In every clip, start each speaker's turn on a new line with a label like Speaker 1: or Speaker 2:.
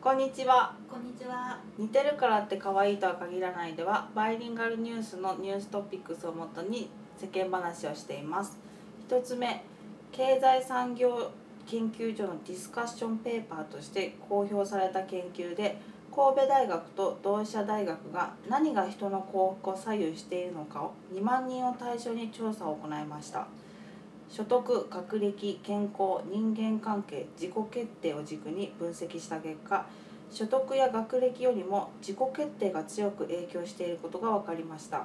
Speaker 1: こんにちは
Speaker 2: こんにちは。
Speaker 1: 似てるからって可愛いとは限らないではバイリンガルニュースのニューストピックスをもとに世間話をしています一つ目経済産業研究所のディスカッションペーパーとして公表された研究で神戸大学と同志社大学が何が人の幸福を左右しているのかを2万人を対象に調査を行いました所得学歴健康人間関係自己決定を軸に分析した結果所得や学歴よりも自己決定が強く影響していることが分かりました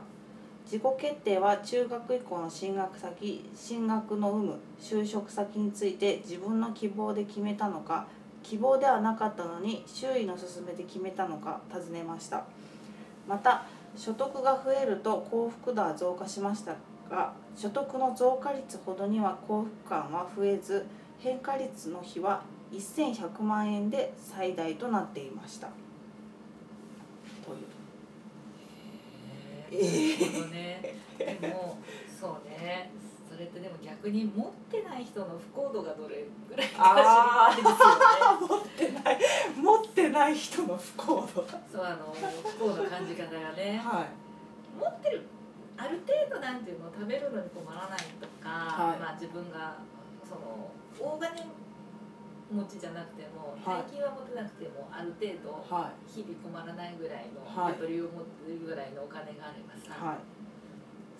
Speaker 1: 自己決定は中学以降の進学先進学の有無就職先について自分の希望で決めたのか希望ではなかったのに周囲の勧めで決めたのか尋ねましたまた所得が増えると幸福度は増加しましたが所得の増加率ほどには幸福感は増えず変化率の比は1100万円で最大となっていましたというえー
Speaker 2: なるほどね。でもそうね。それってでも逆に持ってない人の不幸度がどれぐらいか
Speaker 1: あー
Speaker 2: 知りたいですよね。
Speaker 1: 持ってない 持ってない人の不幸度
Speaker 2: そうあの不幸の感じ方がね。
Speaker 1: はい
Speaker 2: 持ってるある程度なんていうの食べるのに困らないとか、
Speaker 1: はい
Speaker 2: まあ自分がその大金持ちじゃなくても
Speaker 1: はい
Speaker 2: 大金は持てなくてもある程度
Speaker 1: は
Speaker 2: 日々困らないぐらいの
Speaker 1: はい
Speaker 2: ゆとりを持ってるぐらいのお金があれば
Speaker 1: い
Speaker 2: さ。
Speaker 1: はい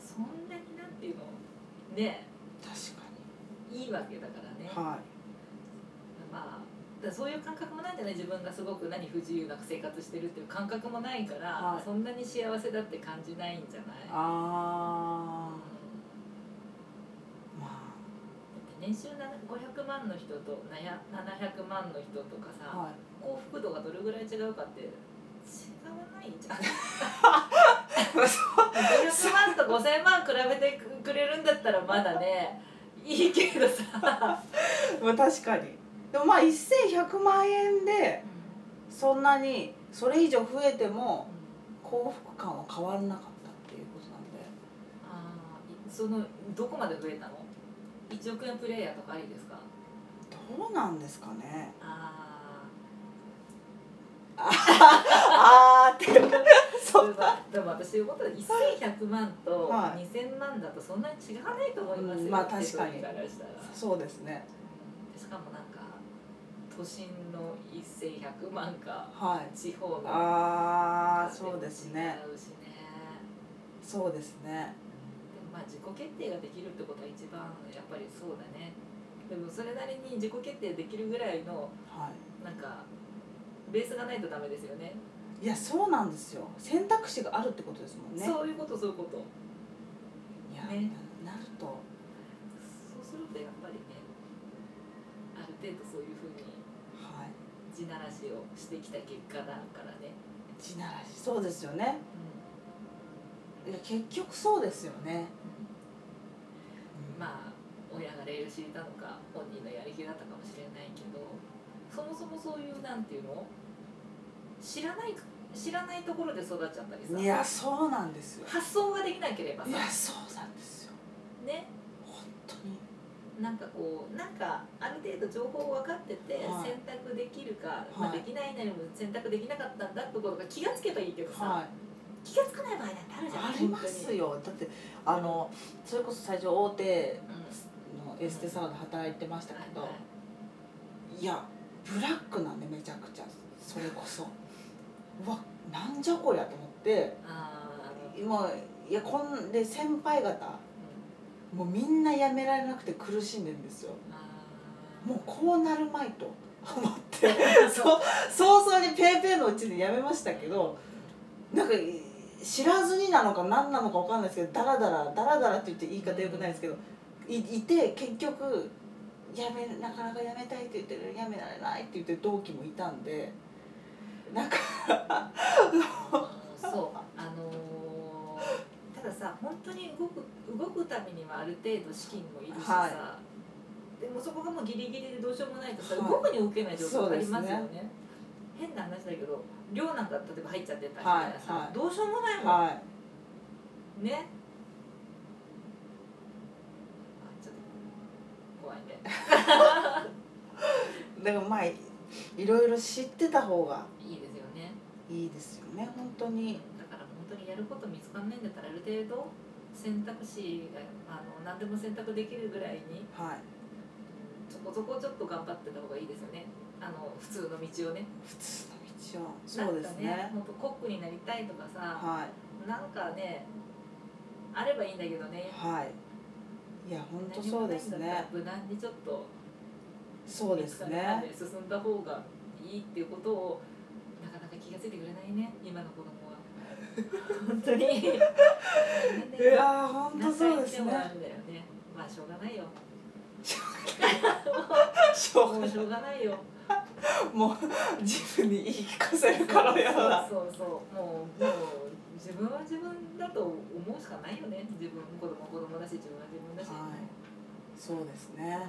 Speaker 2: そんなになんていうのね
Speaker 1: 確
Speaker 2: いいわけだからね、
Speaker 1: かには
Speaker 2: まあだからそういう感覚もないんじゃない自分がすごく何不自由なく生活してるっていう感覚もないから、
Speaker 1: はい
Speaker 2: そんなに幸せだって感じないんじゃない
Speaker 1: い
Speaker 2: だ
Speaker 1: あ
Speaker 2: っ
Speaker 1: ーま
Speaker 2: て年収な500万の人となや700万の人とか
Speaker 1: あ
Speaker 2: さ、
Speaker 1: は
Speaker 2: 幸福度がどれぐらい違うかって違わない じゃん500万と5000万比べてくれるんだったらまだねいいけど さ、
Speaker 1: いまあ確かにでもまあ1100万円でそんなにそれ以上増えても幸福感は変わらなかったっていうことなんで
Speaker 2: あーそのどこまで増えたの1億円プレイヤーとかありですか
Speaker 1: どうなんですかね
Speaker 2: あ
Speaker 1: あーって
Speaker 2: あ
Speaker 1: そう
Speaker 2: でもでも私いうことで1100万と
Speaker 1: はい
Speaker 2: 2000万だとそんなに違わないと思いますよ、
Speaker 1: うんまあ確かに
Speaker 2: 手取りらしたら
Speaker 1: そうですね
Speaker 2: しかもなんか都心の1100万か
Speaker 1: はい
Speaker 2: 地方の
Speaker 1: ああ
Speaker 2: か
Speaker 1: そうですね
Speaker 2: 違うしね
Speaker 1: そうですね
Speaker 2: でもまあ自己決定ができるってことは一番やっぱりそうだねでもそれなりに自己決定できるぐらいの
Speaker 1: は
Speaker 2: なんかベースがないとダメですよね
Speaker 1: いいやそうなんですよ選択肢があるってことですもんね
Speaker 2: そういうことそういうこと
Speaker 1: いや、
Speaker 2: ね
Speaker 1: ななると
Speaker 2: そうするとやっぱりねある程度そういうふうに
Speaker 1: はい
Speaker 2: 地ならしをしてきた結果だからね、
Speaker 1: 地ならしそうですよねいや結局そうですよねあ
Speaker 2: まあ親がレール敷いたのか本人のやる気だったかもしれないけどそもそもそういうなんていうの知らない知らないところで育っちゃったりさ
Speaker 1: いやそうなんですよ
Speaker 2: 発想ができなければさ
Speaker 1: いやそうなんですよ
Speaker 2: ね
Speaker 1: 本当に
Speaker 2: なんかこうなんかある程度情報分かってて
Speaker 1: はい
Speaker 2: 選択できるか、ま
Speaker 1: は
Speaker 2: あ、
Speaker 1: い
Speaker 2: できないなりも選択できなかったんだってことが気がつけばいいけどさ、
Speaker 1: はい
Speaker 2: 気がつかない場合なんてあるじゃん
Speaker 1: あります、よだってあのそれこそ最初大手
Speaker 2: 本当に
Speaker 1: のエステサロンで働いてましたけ
Speaker 2: うん
Speaker 1: ど
Speaker 2: はいはい
Speaker 1: いやブラックなんでめちゃくちゃそれこそうわなんじゃこりゃと思って
Speaker 2: あー
Speaker 1: もういやこんで先輩方
Speaker 2: う
Speaker 1: もうみんな辞められなくて苦しんでるんですよ
Speaker 2: んあー
Speaker 1: もうこうなるまいと思ってそう早々にペーペーのうちに辞めましたけどなんかい知らずになのか何なのか分かんないですけどダラダラダラダラって言って言い方よくないですけどいいて結局やめなかなか辞めたいって言ってるやめられないって言ってる同期もいたんでなんか
Speaker 2: そうあのーたださ本当に動く動くためにはある程度資金もいるしさ、
Speaker 1: は
Speaker 2: でもそこがもうギリギリでどうしようもないとさ、
Speaker 1: はい
Speaker 2: 動くに動けない状況ありますよ
Speaker 1: そう
Speaker 2: ね変な話だけど量なんか例えば入っちゃってたりしたらさ、
Speaker 1: はいはい
Speaker 2: どうしようもないもん、
Speaker 1: は
Speaker 2: ねあちょっと怖いね
Speaker 1: いだからまあいろいろ知ってた方が
Speaker 2: いいですよね
Speaker 1: いいですよね本当に
Speaker 2: だから本当にやること見つかんないんだったらある程度選択肢があの何でも選択できるぐらいに
Speaker 1: はい
Speaker 2: そこそこちょっと頑張ってた方がいいですよねあの普通の道をね
Speaker 1: 普通の道をそうですね
Speaker 2: なんかね本当コックになりたいとかさ
Speaker 1: はい
Speaker 2: なんかねあればいいんだけどね
Speaker 1: はいいや本当そうです
Speaker 2: 何も
Speaker 1: ね
Speaker 2: ないんだったら無難にちょっと
Speaker 1: そうですね
Speaker 2: 進んだ方がいいっていうことをなかなか気がついてくれないね今の子供 は本 当に
Speaker 1: いやー本当そうです
Speaker 2: 何歳行ってもあ
Speaker 1: ね
Speaker 2: るんだよねまあしょうがないよ
Speaker 1: しょうが
Speaker 2: もう
Speaker 1: ない
Speaker 2: しょうがないよ
Speaker 1: もう自分に言い聞かせるからやだ
Speaker 2: そうそうそうもうもう自分は自分だと思うしかないよね自分子供は子供だし自分は自分だし、
Speaker 1: はいそうですねいや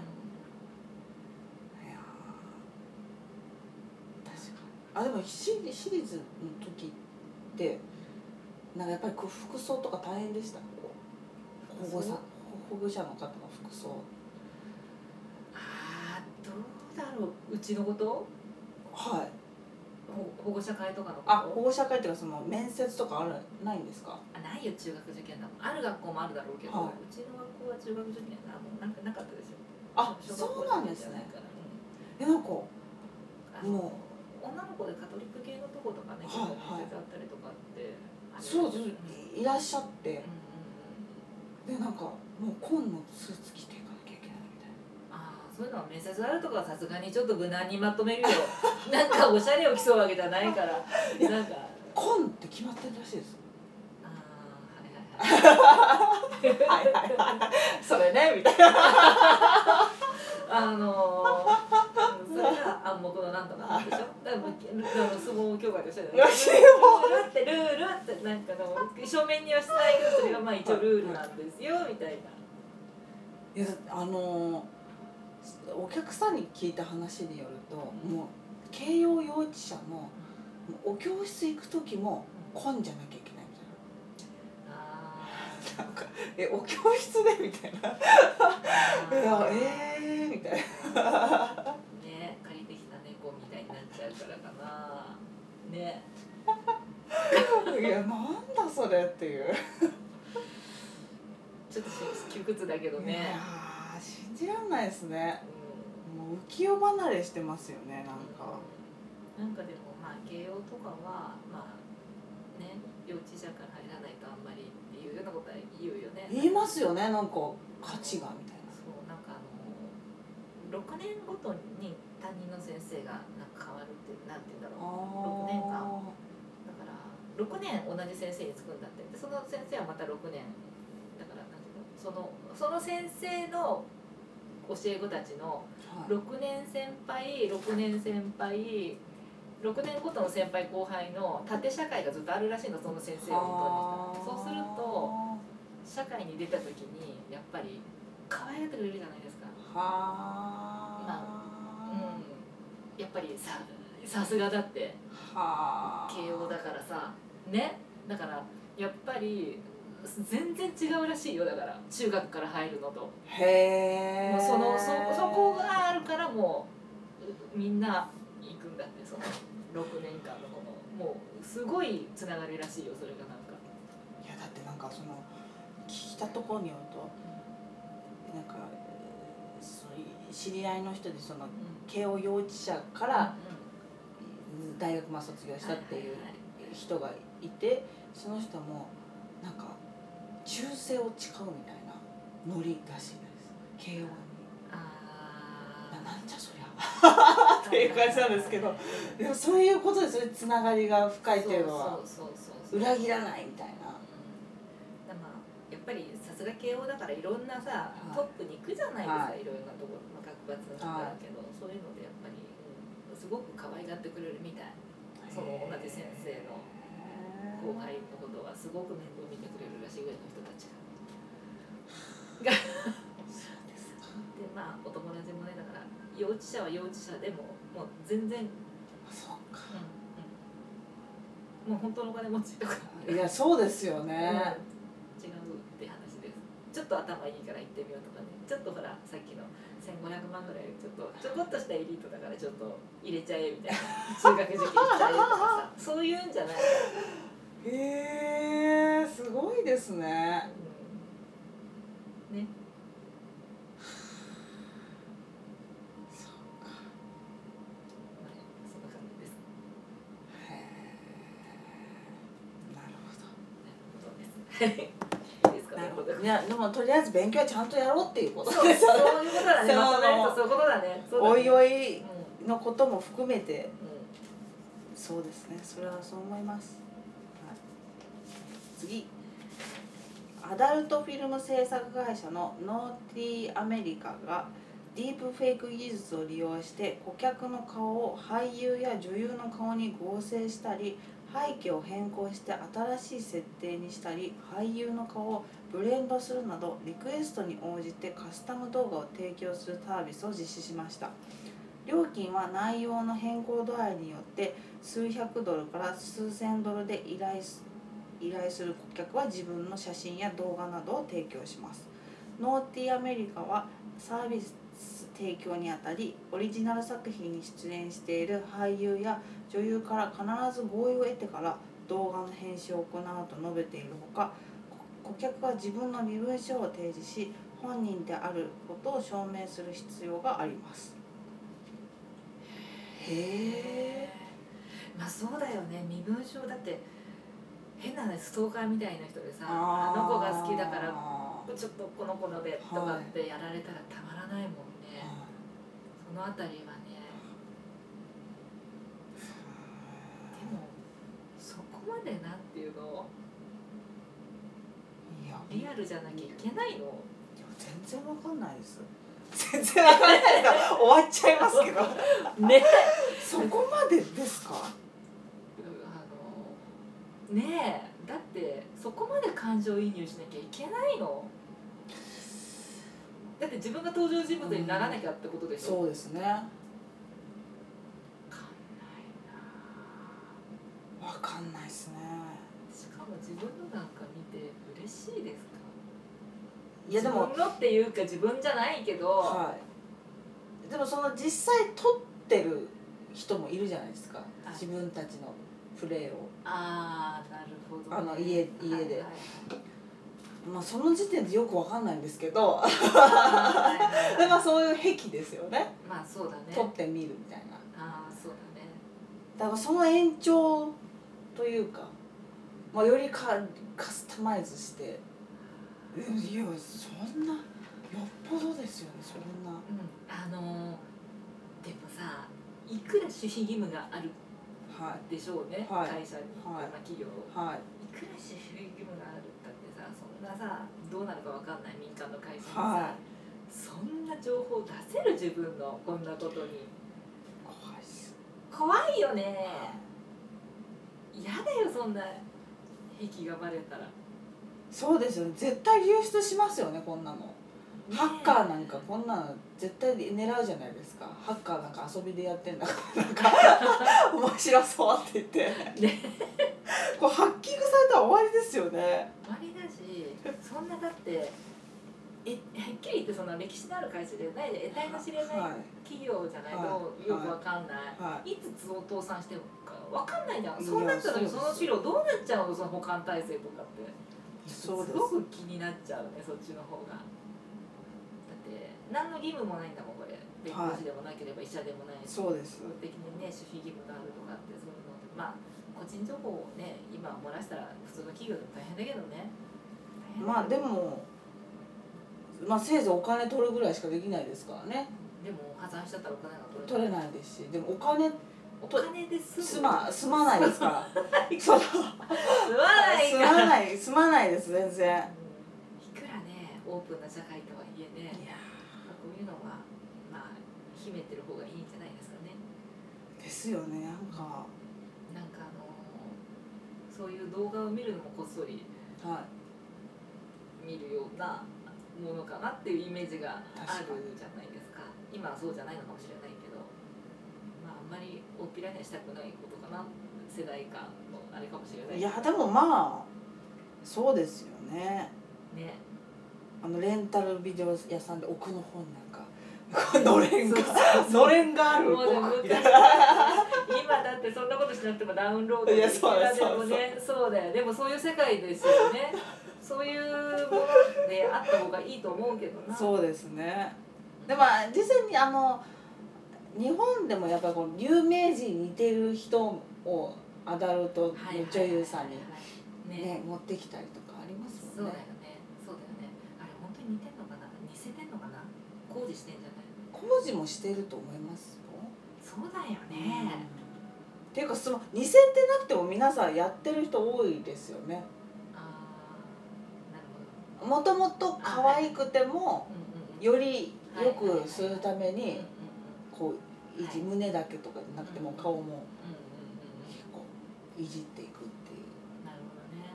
Speaker 1: ー確かにあでもシリシリーズの時ってなんかやっぱりこう服装とか大変でしたこう保護さ保護者の方の服装
Speaker 2: あーどうだろううちのこと
Speaker 1: はい
Speaker 2: ほ保護者会とかのこと
Speaker 1: あ保護者会っていうかその面接とかあるないんですか
Speaker 2: あないよ中学受験だもんある学校もあるだろうけど、
Speaker 1: はいう
Speaker 2: ちの学校は中学受験だもんなんかなかったでしょ
Speaker 1: あ
Speaker 2: 小学
Speaker 1: そ
Speaker 2: 校
Speaker 1: うなんです
Speaker 2: じゃい
Speaker 1: ね
Speaker 2: から
Speaker 1: えなんか
Speaker 2: うんあの
Speaker 1: も
Speaker 2: 女の子でカトリック系のとことかね結
Speaker 1: はい
Speaker 2: 構面接あったりとかってある
Speaker 1: そう
Speaker 2: う
Speaker 1: そ
Speaker 2: んうんう
Speaker 1: う
Speaker 2: ん
Speaker 1: いらっしゃってでなんかもう紺のスーツ着ていかなきゃいけないみたいな
Speaker 2: あーそういうのは面接あるとかはさすがにちょっと無難にまとめるよ なんかおしゃれを競うわけじゃないから
Speaker 1: いや
Speaker 2: なんか
Speaker 1: 紺って決まってるらしいです
Speaker 2: あーは
Speaker 1: は
Speaker 2: いはいはい
Speaker 1: いはいはい それねみたいな
Speaker 2: あのー、それが暗黙のなんとかでしょ。だから、あの相撲協会でしょ。
Speaker 1: いや相撲
Speaker 2: ルールってルールってなんかの正面にはしないけどそれがまあ一応ルールなんですよみたいな。
Speaker 1: いやあのーお客さんに聞いた話によるともう慶応幼稚舎のもうお教室行く時も紺じゃなきゃいけないみたいな
Speaker 2: あ
Speaker 1: なんか「えお教室で?」みたいな「いや
Speaker 2: ー
Speaker 1: えー」みたいな
Speaker 2: ね借りてきた猫みたいになっちゃうからかな。ね。
Speaker 1: 「いやなんだそれ」っていう
Speaker 2: ちょっと窮屈だけど
Speaker 1: いや
Speaker 2: ね。
Speaker 1: ー信じらんないですね
Speaker 2: う
Speaker 1: もう
Speaker 2: ん
Speaker 1: 浮世離れしてますよねなんか
Speaker 2: なんかでもまあ慶応とかはまあね幼稚舎から入らないとあんまりっていうようなことは言うよね
Speaker 1: 言いますよねなんか価値がみたいな
Speaker 2: そうなんかあの6年ごとに担任の先生がなんか変わるってなんて言うんだろ
Speaker 1: あ
Speaker 2: う年間
Speaker 1: あ
Speaker 2: だから6年同じ先生につくんだってでその先生はまた6年だからなんていうのそのその先生の教え子たちの
Speaker 1: はい
Speaker 2: 6年先輩6年先輩6年ごとの先輩後輩の縦社会がずっとあるらしいのその先生を
Speaker 1: あー
Speaker 2: そうすると社会に出た時にやっぱり可愛がってくれるじゃないですか
Speaker 1: は
Speaker 2: うんやっぱりささすがだって
Speaker 1: あ、はあ
Speaker 2: 慶応だからさねだからやっぱり全然違うらしいよだから中学から入るのと
Speaker 1: へえ
Speaker 2: もうそのそそこがあるからもううみんな行くんだってその6年間のこのもうすごいつながりらしいよそれがなんか、
Speaker 1: いやだってなんかその聞いたところによるとなんかえーそうい知り合いの人でその
Speaker 2: うん
Speaker 1: 慶応幼稚舎か
Speaker 2: うん
Speaker 1: ら大学まあ卒業したっていう
Speaker 2: はいはい
Speaker 1: 人がいてその人もなんか忠誠を誓うみたいなノリらしいです慶応になな
Speaker 2: あ
Speaker 1: んじゃそりゃ
Speaker 2: あ
Speaker 1: っていう感じなんですけどでもそういうことですよねつながりが深いっていうのは
Speaker 2: そうそうそうそう
Speaker 1: 裏切らないみたいな
Speaker 2: うんだからまあやっぱりさすが慶応だからいろんなさ、
Speaker 1: はい
Speaker 2: トップに行くじゃないですか、、
Speaker 1: はい
Speaker 2: ろいろなところ、まあ、学閥なんだけど、そういうのでやっぱり、うんすごく可愛がってくれるみたいその同じ先生の後輩のことはすごく面倒見てくれるらしいぐらいの人たちが。がでまあお友達もねだから幼稚者は幼稚者でももう全然、
Speaker 1: そうか
Speaker 2: もう本当のお金持ちとか、
Speaker 1: いやそうですよね、
Speaker 2: うん違うって話ですちょっと頭いいから行ってみようとかねちょっとほらさっきの1500万ぐらいちょっとちょこっとしたエリートだからちょっと入れちゃえ みたいな中学受験しちゃえとかさそういうんじゃない、
Speaker 1: へえすごいですね
Speaker 2: うん、ね
Speaker 1: そっか
Speaker 2: はいそんな感じです
Speaker 1: へえなるほ
Speaker 2: なるほどです はいいいですか
Speaker 1: どなるほど
Speaker 2: そう
Speaker 1: いやでもとりあえず勉強はちゃんとやろうっていうこと
Speaker 2: そう
Speaker 1: ですよね
Speaker 2: いうことだね
Speaker 1: そう
Speaker 2: まとめるとそういうことだねそうだね
Speaker 1: おいお
Speaker 2: う
Speaker 1: い
Speaker 2: ん
Speaker 1: のことも含めて
Speaker 2: うん
Speaker 1: そうですねそれはそう思います、はい、次アダルトフィルム制作会社のノーティーアメリカがディープフェイク技術を利用して顧客の顔を俳優や女優の顔に合成したり背景を変更して新しい設定にしたり俳優の顔をブレンドするなどリクエストに応じてカスタム動画を提供するサービスを実施しました料金は内容の変更度合いによって数百ドルから数千ドルで依頼す依頼する顧客は自分の写真や動画などを提供しますノーティーアメリカはサービス提供にあたりオリジナル作品に出演している俳優や女優から必ず合意を得てから動画の編集を行うと述べているほかこ顧客は自分の身分証を提示し本人であることを証明する必要がありますへえ
Speaker 2: まあそうだよね身分証だって変なねストーカーみたいな人でさあ
Speaker 1: あー
Speaker 2: の子が好きだからちょっとこの子のでとかってやられたらたまらないもんね、そのあたりはねでもそこまでなんていうの
Speaker 1: いや
Speaker 2: リアルじゃなきゃいけないの
Speaker 1: 全然わかんないです全然わかんないです 終わっちゃいますけど
Speaker 2: ね
Speaker 1: そこまでですか
Speaker 2: あのねえだってそこまで感情移入しなきゃいけないのだって自分が登場人物にならなきゃってことでしょ、
Speaker 1: そうですねわ
Speaker 2: わかんない
Speaker 1: かんないですね
Speaker 2: しかも自分のなんか見て嬉しいですか
Speaker 1: いやでも
Speaker 2: 自分のっていうか自分じゃないけど、
Speaker 1: はいでもその実際撮ってる人もいるじゃないですか
Speaker 2: い
Speaker 1: 自分たちのプレーを
Speaker 2: ああなるほどね、
Speaker 1: あの家家で
Speaker 2: はい
Speaker 1: まあその時点でよくわかんないんですけど
Speaker 2: はいはい
Speaker 1: で まあそういう癖ですよね
Speaker 2: まあそうだね
Speaker 1: 撮ってみるみたいな
Speaker 2: ああそうだね
Speaker 1: だからその延長というか、まあ、よりかカスタマイズしてうんいやそんなよっぽどですよねそんな
Speaker 2: うんあのーでもさいくら守秘義務がある
Speaker 1: はい
Speaker 2: でしょうね、
Speaker 1: はい
Speaker 2: 会社に、
Speaker 1: はい
Speaker 2: まあ企業
Speaker 1: はい
Speaker 2: いくら守秘義務があるったってさそんなさどうなるかわかんない民間の会社にさ、
Speaker 1: は
Speaker 2: そんな情報出せる自分のこんなことに
Speaker 1: 怖いっす
Speaker 2: 怖いよね嫌だよそんな癖がバレたら、
Speaker 1: そうですよね絶対流出しますよねこんなのハッカーなんかこんなの絶対狙うじゃないですかハッカーなんか遊びでやってんだからなんか面白そうって言って
Speaker 2: ね
Speaker 1: これハッキングされたら終わりですよね
Speaker 2: 終わりだしそんなだってえはっきり言ってそんな歴史のある会社じゃないで得体の知れない
Speaker 1: はい
Speaker 2: 企業じゃないと、
Speaker 1: はい
Speaker 2: よくわかんない、
Speaker 1: はい
Speaker 2: い、つ倒産してもかわかんないじゃんそうなったら
Speaker 1: いや
Speaker 2: そ
Speaker 1: そうです
Speaker 2: の資料どうなっちゃうのその保管体制とかって
Speaker 1: そうです
Speaker 2: ごく気になっちゃうねそっちの方がだって何の義務もないんだもんこれ弁護士でもなければ医者でもないし、
Speaker 1: そうです
Speaker 2: 基本的にね守秘義務があるとかってそういうのってまあ個人情報をね今漏らしたら普通の企業でも大変だけどね大変
Speaker 1: まあ
Speaker 2: だ
Speaker 1: でもまあせいぜいお金取るぐらいしかできないですからね
Speaker 2: でも破産しちゃったらお金が取
Speaker 1: 取れ
Speaker 2: れ
Speaker 1: ないですしでもお金
Speaker 2: お金です
Speaker 1: すま済まないですから その
Speaker 2: すまない
Speaker 1: 済
Speaker 2: から
Speaker 1: まない済まないです全然いや
Speaker 2: いくらねオープンな社会とはいえねまあこういうのはまあ秘めてる方がいいんじゃないですかね
Speaker 1: ですよねなんかは
Speaker 2: なんかあのそういう動画を見るのもこっそり
Speaker 1: い
Speaker 2: 見るようなものかなっていうイメージがあ
Speaker 1: 確か
Speaker 2: るじゃないですか今はそうじゃないのかもしれないけど、まあ、あんまり大っぴらにはしたくないことかな世代間のあれかもしれない
Speaker 1: いやでもまあそうですよね
Speaker 2: ね
Speaker 1: あのレンタルビデオ屋さんで奥の方になんか
Speaker 3: のれんがのれんがある
Speaker 2: もうでも
Speaker 3: 僕
Speaker 2: 昔
Speaker 3: みたいな
Speaker 2: 今だってそんなことしなくてもダウンロード
Speaker 3: いやそう
Speaker 2: で
Speaker 3: だ
Speaker 2: きるでもねそうだよでもそういう世界ですよねそういうものであった方がいいと思うけどなう
Speaker 1: そうですねでも実際にあの日本でもやっぱりこの有名人に似てる人をアダルトの女優さんに、
Speaker 2: ね
Speaker 1: ね、持ってきたりとかあります
Speaker 2: そう
Speaker 1: もん
Speaker 2: だ
Speaker 1: ね
Speaker 2: よねそうだよねあれ本当に似てんのかな似せてんのかな工事してんじゃない
Speaker 1: 工事もしてると思いますよ
Speaker 2: そうだよね、
Speaker 1: っていうかその似せてなくても皆さんやってる人多いですよね
Speaker 2: ああなるほ
Speaker 1: もともと可愛くても
Speaker 2: どうんうん
Speaker 1: よ
Speaker 2: うん
Speaker 1: り良くするため
Speaker 2: うん
Speaker 1: に
Speaker 2: うん
Speaker 1: こう維持
Speaker 2: はい
Speaker 1: 胸だけとかじゃなくても
Speaker 2: うん
Speaker 1: 顔も
Speaker 2: うんうんうん
Speaker 1: こういじっていくっていう
Speaker 2: なるほどね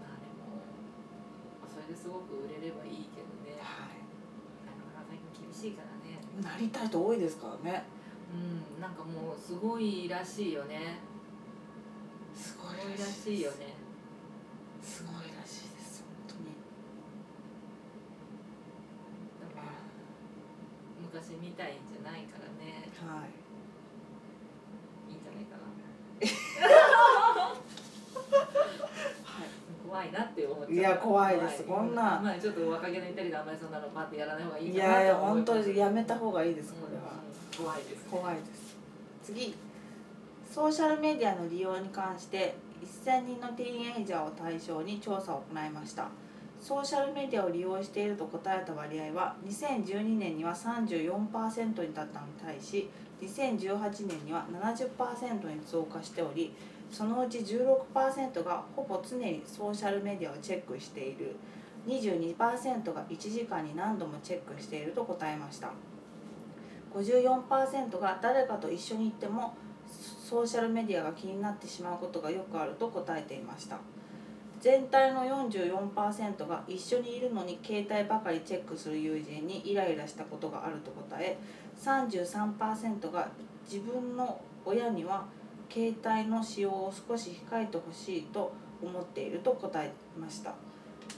Speaker 2: まあでもそれですごく売れればいいけどねな
Speaker 1: は
Speaker 2: かなか最近厳しいからね
Speaker 1: いなりたい人多いですからね
Speaker 2: うんなんかもうすごいらしいよね
Speaker 1: す
Speaker 2: す
Speaker 1: ご
Speaker 2: ご
Speaker 1: い
Speaker 2: い
Speaker 1: ら
Speaker 2: ら
Speaker 1: し
Speaker 2: し
Speaker 1: い
Speaker 2: い
Speaker 1: よ
Speaker 2: よ
Speaker 1: ね
Speaker 2: ね
Speaker 1: すごいらしいです本
Speaker 2: だから昔みたいんじゃないからね
Speaker 1: 当にはい
Speaker 2: いいんじゃないかな
Speaker 1: は
Speaker 2: 怖いなって思っちゃう
Speaker 1: い
Speaker 2: い
Speaker 1: や怖いですこんな
Speaker 2: まあちょっと若気の至りであんまりそんなのパッてやらない方がいい
Speaker 1: いい
Speaker 2: か
Speaker 1: やい
Speaker 2: な
Speaker 1: や
Speaker 2: と思い
Speaker 1: 本当にやめた
Speaker 2: が
Speaker 1: 方がいいですこれは
Speaker 2: 怖いですね
Speaker 1: 怖いです次ソーシャルメディアの利用に関して1000人のティーンエイジャーを対象に調査を行いましたソーシャルメディアを利用していると答えた割合は2012年には34%に立ったのに対し2018年には70%に増加しておりそのうち16%がほぼ常にソーシャルメディアをチェックしている22%が1時間に何度もチェックしていると答えました54%が誰かと一緒に行ってもソーシャルメディアが気になってしまうことがよくあると答えていました全体の44%が一緒にいるのに携帯ばかりチェックする友人にイライラしたことがあると答え33%が自分の親には携帯の使用を少し控えてほしいと思っていると答えました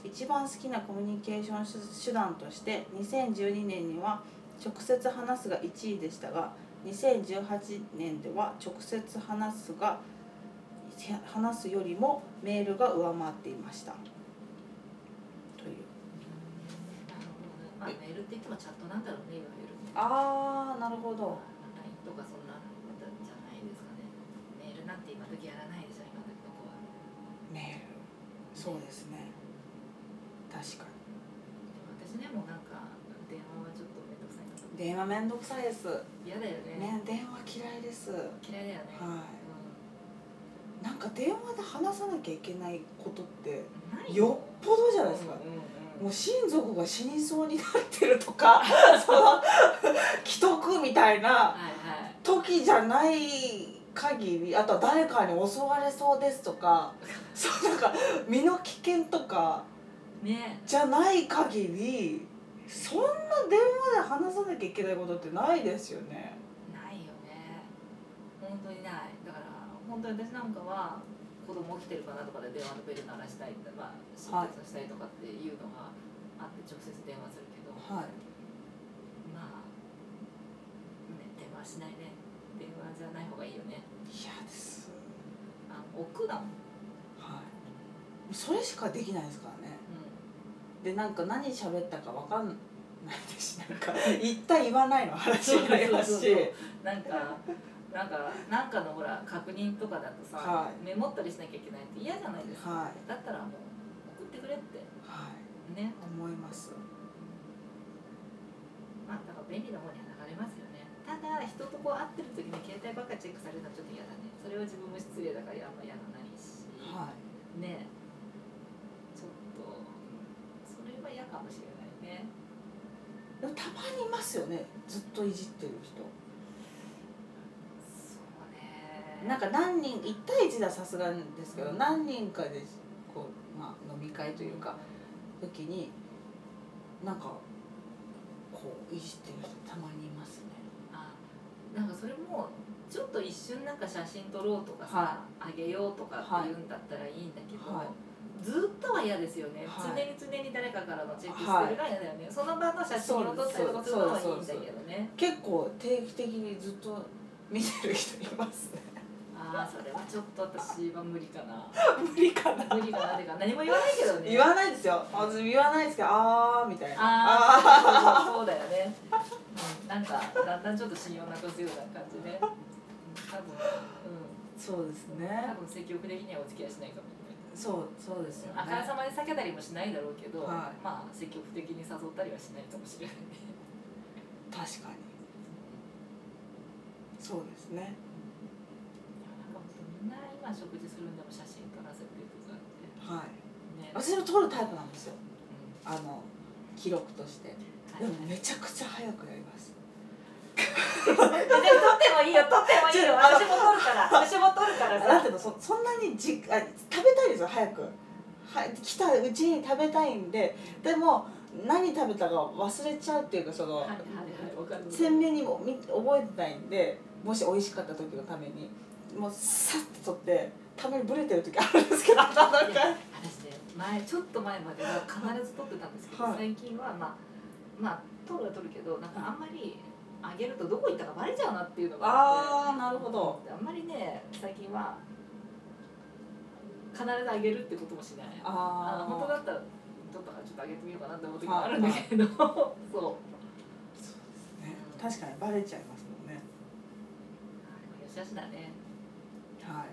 Speaker 1: 一番好きなコミュニケーション手段として2012年には直接話すが1位でしたが2018年では直接話すが話すよりもメールが上回っていましたという
Speaker 2: なるほどねまあメールって言ってもチャットなんだろうねいわゆるね
Speaker 1: あーなるほど
Speaker 2: LINE とかそんなのじゃないですかねメールなんて今時やらないでしょ今時の子は
Speaker 1: メールそうですね確か
Speaker 2: でも私ねもうなんか電話はちょっとめんどくさいなと
Speaker 1: に電話めんどくさいです
Speaker 2: 嫌だよ
Speaker 1: ね
Speaker 2: ね
Speaker 1: 電話嫌いですは
Speaker 2: 嫌いだよね、う
Speaker 1: いなんか電話で話さなきゃいけないことって
Speaker 2: んない
Speaker 1: よっぽどじゃないですか
Speaker 2: うんうんうん
Speaker 1: もう親族が死にそうになってると かその既得みたいな
Speaker 2: はいはい
Speaker 1: 時じゃない限りあとは誰かに襲われそうですとかそうなんか身の危険とか
Speaker 2: ね
Speaker 1: じゃない限りそんな電話で話さなきゃいけないことってないですよね。
Speaker 2: ないよね本当にないだから本当に私なんかは子供起きてるかなとかで電話のベル鳴らしたいまあ診
Speaker 1: はい
Speaker 2: 察したいとかっていうのがあって直接電話するけど、
Speaker 1: はい
Speaker 2: まあ、ね、電話しないね電話じゃない方がいいよね
Speaker 1: 嫌です、
Speaker 2: あ置くだもん、
Speaker 1: はい、それしかできないですからね。
Speaker 2: う
Speaker 1: でなんか何喋ったかわかんないですしなんか言った言わないの話になります
Speaker 2: そうそう
Speaker 1: し
Speaker 2: そうそう。ん、なんか なんかなんかのほら確認とかだとさ、
Speaker 1: はい
Speaker 2: メモったりしなきゃいけないって嫌じゃないですか、
Speaker 1: はい
Speaker 2: だったらもう送ってくれって
Speaker 1: はい、
Speaker 2: ね
Speaker 1: 思います。
Speaker 2: まあ、だから便利な方には流れますよね。ただ、人とこう会ってる時に携帯ばっかりチェックされるのはちょっと嫌だね。それは自分も失礼だからあんまやらないし。
Speaker 1: はい、
Speaker 2: ねえ。ちょっと、うんそれは嫌かもしれないね。
Speaker 1: でもたまにいますよね。ずっといじってる人。
Speaker 2: そうね
Speaker 1: なんか何人一対一ではさすがですけど、
Speaker 2: うん
Speaker 1: 何人かでこうまあ飲み会というか時になんかこういじってる人たまにいますね。
Speaker 2: あなんかそれもちょっと一瞬なんか写真撮ろうとかさ、あげようとかっていうんだったらいいんだけど、
Speaker 1: はい
Speaker 2: ずっとは嫌ですよね、
Speaker 1: はい
Speaker 2: 常に常に誰かからのチェックしてるのは嫌だよね、その場の写真を撮ったりとかするのはいいんだけどね
Speaker 1: 結構定期的にずっと見てる人いますね
Speaker 2: ああそれはちょっと私は無理かな
Speaker 1: 無理かな
Speaker 2: 無理かなっていうか何も言わないけどね
Speaker 1: 言わないですよ私言わないですけどあーみたいな
Speaker 2: ああそうだよね、うん、なんかだんだんちょっと信用なくすような感じねうん多分う
Speaker 1: ーそうです
Speaker 2: ん多
Speaker 1: ね
Speaker 2: 分積極的にはお付き合いしないかもね
Speaker 1: そうそうですよね
Speaker 2: あからさまに避けたりもしないだろうけど、
Speaker 1: はい
Speaker 2: まあ積極的に誘ったりはしないかもしれない
Speaker 1: 確かにそうですね
Speaker 2: なんか本当みんな今食事するんでも写真撮らせてとかっ
Speaker 1: は
Speaker 2: て
Speaker 1: い
Speaker 2: ね、うん、
Speaker 1: 私も撮るタイプなんですよあの記録として
Speaker 2: はい
Speaker 1: でもめちゃくちゃ早くやります
Speaker 2: でも撮ってもいいよ 撮ってもいい
Speaker 1: ち
Speaker 2: よ
Speaker 1: ょ
Speaker 2: 私も撮るから私も撮るから
Speaker 1: なんて
Speaker 2: さ
Speaker 1: いうのそそんなにじあ食べたいですよ早くは来たうちに食べたいんででも何食べたか忘れちゃうっていうかその、
Speaker 2: はいはいはいわかる
Speaker 1: 鮮明にもみ覚えてないんでもし美味しかった時のためにもうさっと取ってたまにブレてる時あるんですけど頭が
Speaker 2: いや私ね前ちょっと前までは必ず撮ってたんですけど、
Speaker 1: はい
Speaker 2: 最近はまあまあ撮るは撮るけどなんかあんまりあげるとどこ行ったかバレちゃうなっていうのがあって
Speaker 1: あーなるほど
Speaker 2: あんまりね最近は必ずあげるってこともしないあ
Speaker 1: あ
Speaker 2: の本当
Speaker 1: だ
Speaker 2: だったら撮ったからちょっとあげてみようかなって思う時もあるんだけど そう
Speaker 1: ね確かにバレちゃいますもんね
Speaker 2: よしよしだね
Speaker 1: は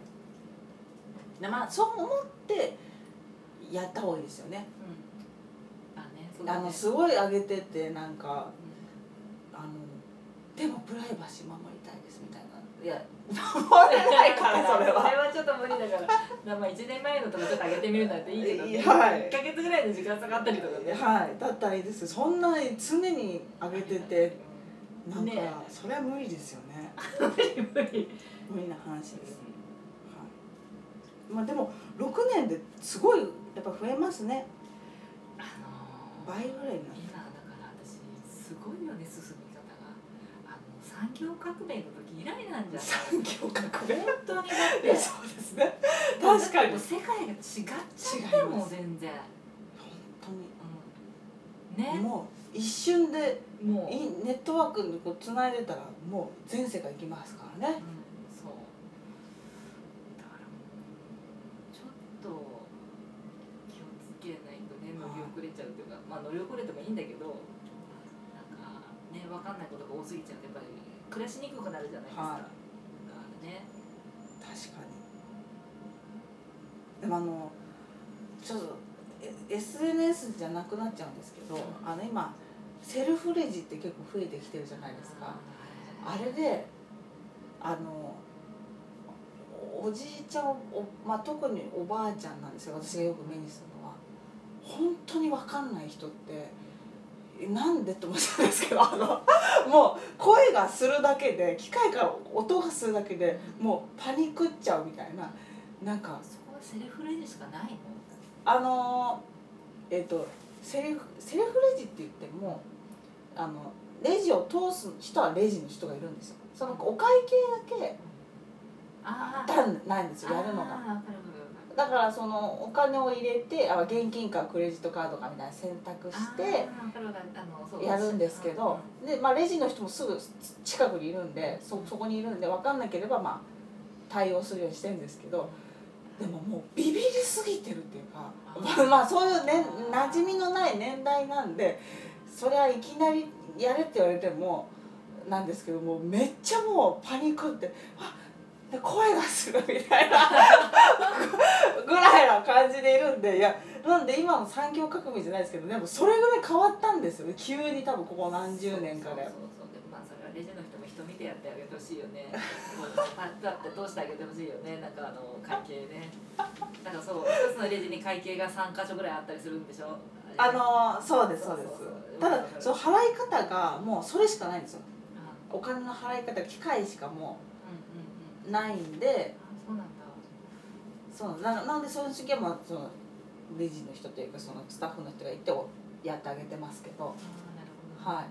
Speaker 1: いでまあそう思ってやった方がいいですよね
Speaker 2: うんあねそうだ
Speaker 1: あ
Speaker 2: ね
Speaker 1: のすごい上げててなんか
Speaker 2: うん
Speaker 1: あのでもプライバシー守りたいですみたいないや守れないからそれ は
Speaker 2: ちょっと無理だからだからまあ1年前のとかちょっと上げてみるなんていいけど、
Speaker 1: いやはい
Speaker 2: 1か月ぐらいの時間かかったりとかね
Speaker 1: はいだったらいいですそんなに常に上げててなんか
Speaker 2: ね
Speaker 1: それは無理ですよね
Speaker 2: 無理
Speaker 1: 無理な話です、はい、まあでも6年ですごいやっぱ増えますね
Speaker 2: あのー
Speaker 1: 倍ぐらいになる
Speaker 2: 今だから私すごいよね進み方があの産業革命の時以来なんじゃない
Speaker 1: 産業革命
Speaker 2: 本当にだっ
Speaker 1: い
Speaker 2: て
Speaker 1: や そうですね確かに
Speaker 2: もう
Speaker 1: 本
Speaker 2: 世界が違っちゃって
Speaker 1: 違いま
Speaker 2: もう
Speaker 1: す
Speaker 2: 全然、うん、
Speaker 1: 当に
Speaker 2: ね
Speaker 1: もう一瞬で
Speaker 2: もう
Speaker 1: いネットワークにこうつないでたらもう全世界行きますからね
Speaker 2: うんそうだからもうちょっと気をつけないとね乗り遅れちゃうというかまあ乗り遅れてもいいんだけどなんかね分かんないことが多すぎちゃうとやっぱり暮らしにくくなるじゃないですか、
Speaker 1: はい
Speaker 2: だからね
Speaker 1: 確かにでもあのちょっとえ SNS じゃなくなっちゃうんですけどあの今セルフレジって結構増えてきてるじゃないですかあれであのおじいちゃんお、まあ、特におばあちゃんなんですよ私がよく目にするのは本当に分かんない人ってえなんでって思っちゃうんですけどあのもう声がするだけで機械から音がするだけでもうパニックっちゃうみたいななんか
Speaker 2: そこはセルフレジしかないの
Speaker 1: あのーえっ、とセルフセルフレジって言ってもあのレジを通す人はレジの人がいるんですよそのお会計だけ
Speaker 2: ああ
Speaker 1: たんないんですよやるのが
Speaker 2: ああ分かる分かる分かる
Speaker 1: だからそのお金を入れてあ現金かクレジットカードかみたいな選択して
Speaker 2: あー分かる分かるあのそう
Speaker 1: やるんですけど
Speaker 2: う
Speaker 1: で、まあ、レジの人もすぐ近くにいるんでそそこにいるんで分かんなければまあ対応するようにしてるんですけどでももうビビりすぎてるっていうか
Speaker 2: あ
Speaker 1: まあまあそういうね馴染みのない年代なんでそれはいきなりやれって言われてもなんですけどもうめっちゃもうパニックってあで声がするみたいなぐらいな感じでいるんでいやなんで今の産業革命じゃないですけどでもそれぐらい変わったんですよね急に多分ここ何十年かで。
Speaker 2: そうそうそうでもまあそれはレジの人も人見てやってあげてほしいよ ねもうパッとあって通してあげてほしいよねなんかあの会計 ねだからそう一つのレジに会計が3箇所ぐらいあったりするんでしょ
Speaker 1: あ
Speaker 2: あ
Speaker 1: のそうですそうです
Speaker 2: そうそう
Speaker 1: ただその払い方がもうそれしかないんですよお金の払い方機械しかも
Speaker 2: うんうんうん
Speaker 1: うないんで
Speaker 2: あそうなんだ
Speaker 1: そうななんでその時はまあそのレジの人というかそのスタッフの人が行っておやってあげてますけど
Speaker 2: あーなるほど
Speaker 1: はい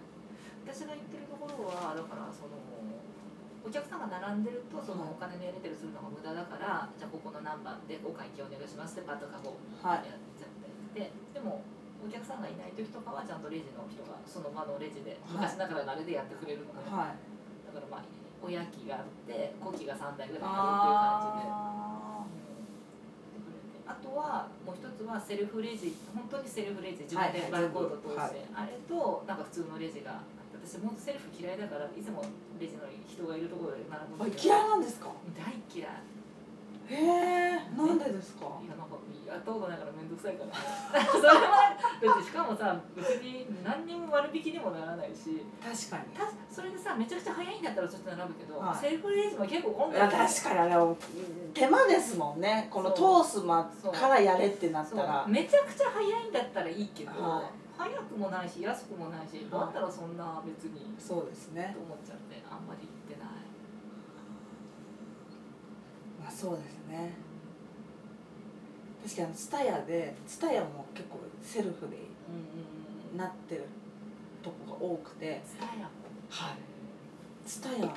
Speaker 2: 私が言ってるところはだからそのおお客さんが並んでるとそのお金のやり取りするのが無駄だから、じゃあここの何番でお会計お願いしますってパッとカゴ
Speaker 1: は
Speaker 2: やっ
Speaker 1: い
Speaker 2: ちゃってででもお客さんがいない時とかはちゃんとレジの人がその場のレジで
Speaker 1: はい
Speaker 2: 昔ながらのあれでやってくれるので、
Speaker 1: はい
Speaker 2: だからまあおやきがあってコキが3台ぐらいあるっていう感じで。
Speaker 1: あ
Speaker 2: あとはもう一つはセルフレジ本当にセルフレジ自分でバ
Speaker 1: はいはい
Speaker 2: ーコード通して、
Speaker 1: はい
Speaker 2: あれとなんか普通のレジが私本当セルフ嫌いだからいつもレジの人がいるところで並ぶ
Speaker 1: ーあ
Speaker 2: んだけど
Speaker 1: 嫌いなんですか
Speaker 2: 大嫌いいや
Speaker 1: へえなんでですか
Speaker 2: なんかやったことないから面倒くさいから それは別にしかもさ別に何にも割引にもならないし
Speaker 1: 確かに
Speaker 2: たそれでさめちゃくちゃ早いんだったらちょっと並ぶけど、
Speaker 1: はい
Speaker 2: セルフレジも結構混ん
Speaker 1: い
Speaker 2: で
Speaker 1: や
Speaker 2: る
Speaker 1: 確かにあれは手間ですもんねこの
Speaker 2: そう
Speaker 1: 通す間からやれってなったら
Speaker 2: そうめちゃくちゃ早いんだったらいいけど、
Speaker 1: は
Speaker 2: 早くもないし安くもないし、
Speaker 1: い
Speaker 2: だったらそんな別に
Speaker 1: そうですね
Speaker 2: と思っちゃってあんまり行ってない
Speaker 1: まあそうですね確かにツタヤでツタヤも結構セルフで
Speaker 2: うんうんうん
Speaker 1: なってるとこが多くて
Speaker 2: ツタヤも
Speaker 1: はいツタヤ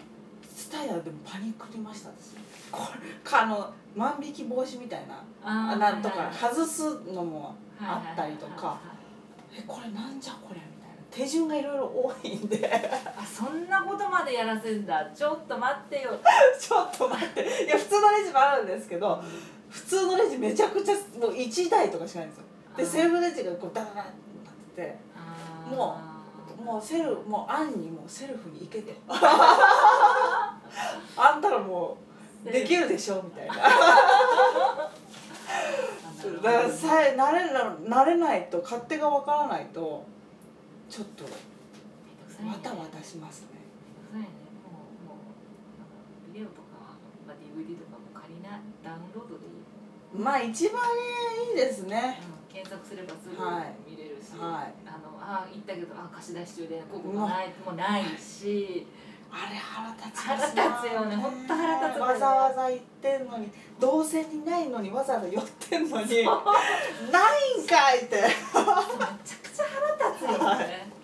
Speaker 1: ツタヤでもパニクりました私これかあの万引き防止みたいな
Speaker 2: あ
Speaker 1: あ
Speaker 2: ー
Speaker 1: なんと
Speaker 2: はい
Speaker 1: か
Speaker 2: はい
Speaker 1: 外すのも
Speaker 2: はいはい
Speaker 1: あったりとか
Speaker 2: はい
Speaker 1: えこれなんじゃこれみたいな手順がいろいろ多いんで
Speaker 2: はいあそんなことまでやらせんだちょっと待って よ
Speaker 1: ちょっと待っていや普通のレジもあるんですけど普通のレジめちゃくちゃもう1台とかしかないんですよでセルフレジがこうダダダってなってて
Speaker 2: あー
Speaker 1: ももうセルもうアンにもうセルフに行けと あんたらもうできるでしょみたいな
Speaker 2: セルフ
Speaker 1: だからさえ慣れな慣れないと勝手がわからないとちょっと
Speaker 2: めんどくさいね
Speaker 1: わたわたしますね
Speaker 2: そうやね、もう、もう、なんかビデオとかは、まあ、DVD とかも借りない、ダウンロードでいい。
Speaker 1: まあ一番いいですね
Speaker 2: 検索すればすぐ
Speaker 1: はい
Speaker 2: 見れるし、
Speaker 1: はい
Speaker 2: あのあ行ったけどあ貸し出し中でここもないもうないし、
Speaker 1: あれ腹立ち
Speaker 2: 腹立つよねほんと腹立つよね
Speaker 1: わざわざ行ってんのに動線にないのにわざわざ寄ってんのにないんかいって
Speaker 2: めちゃくちゃ腹立つよね。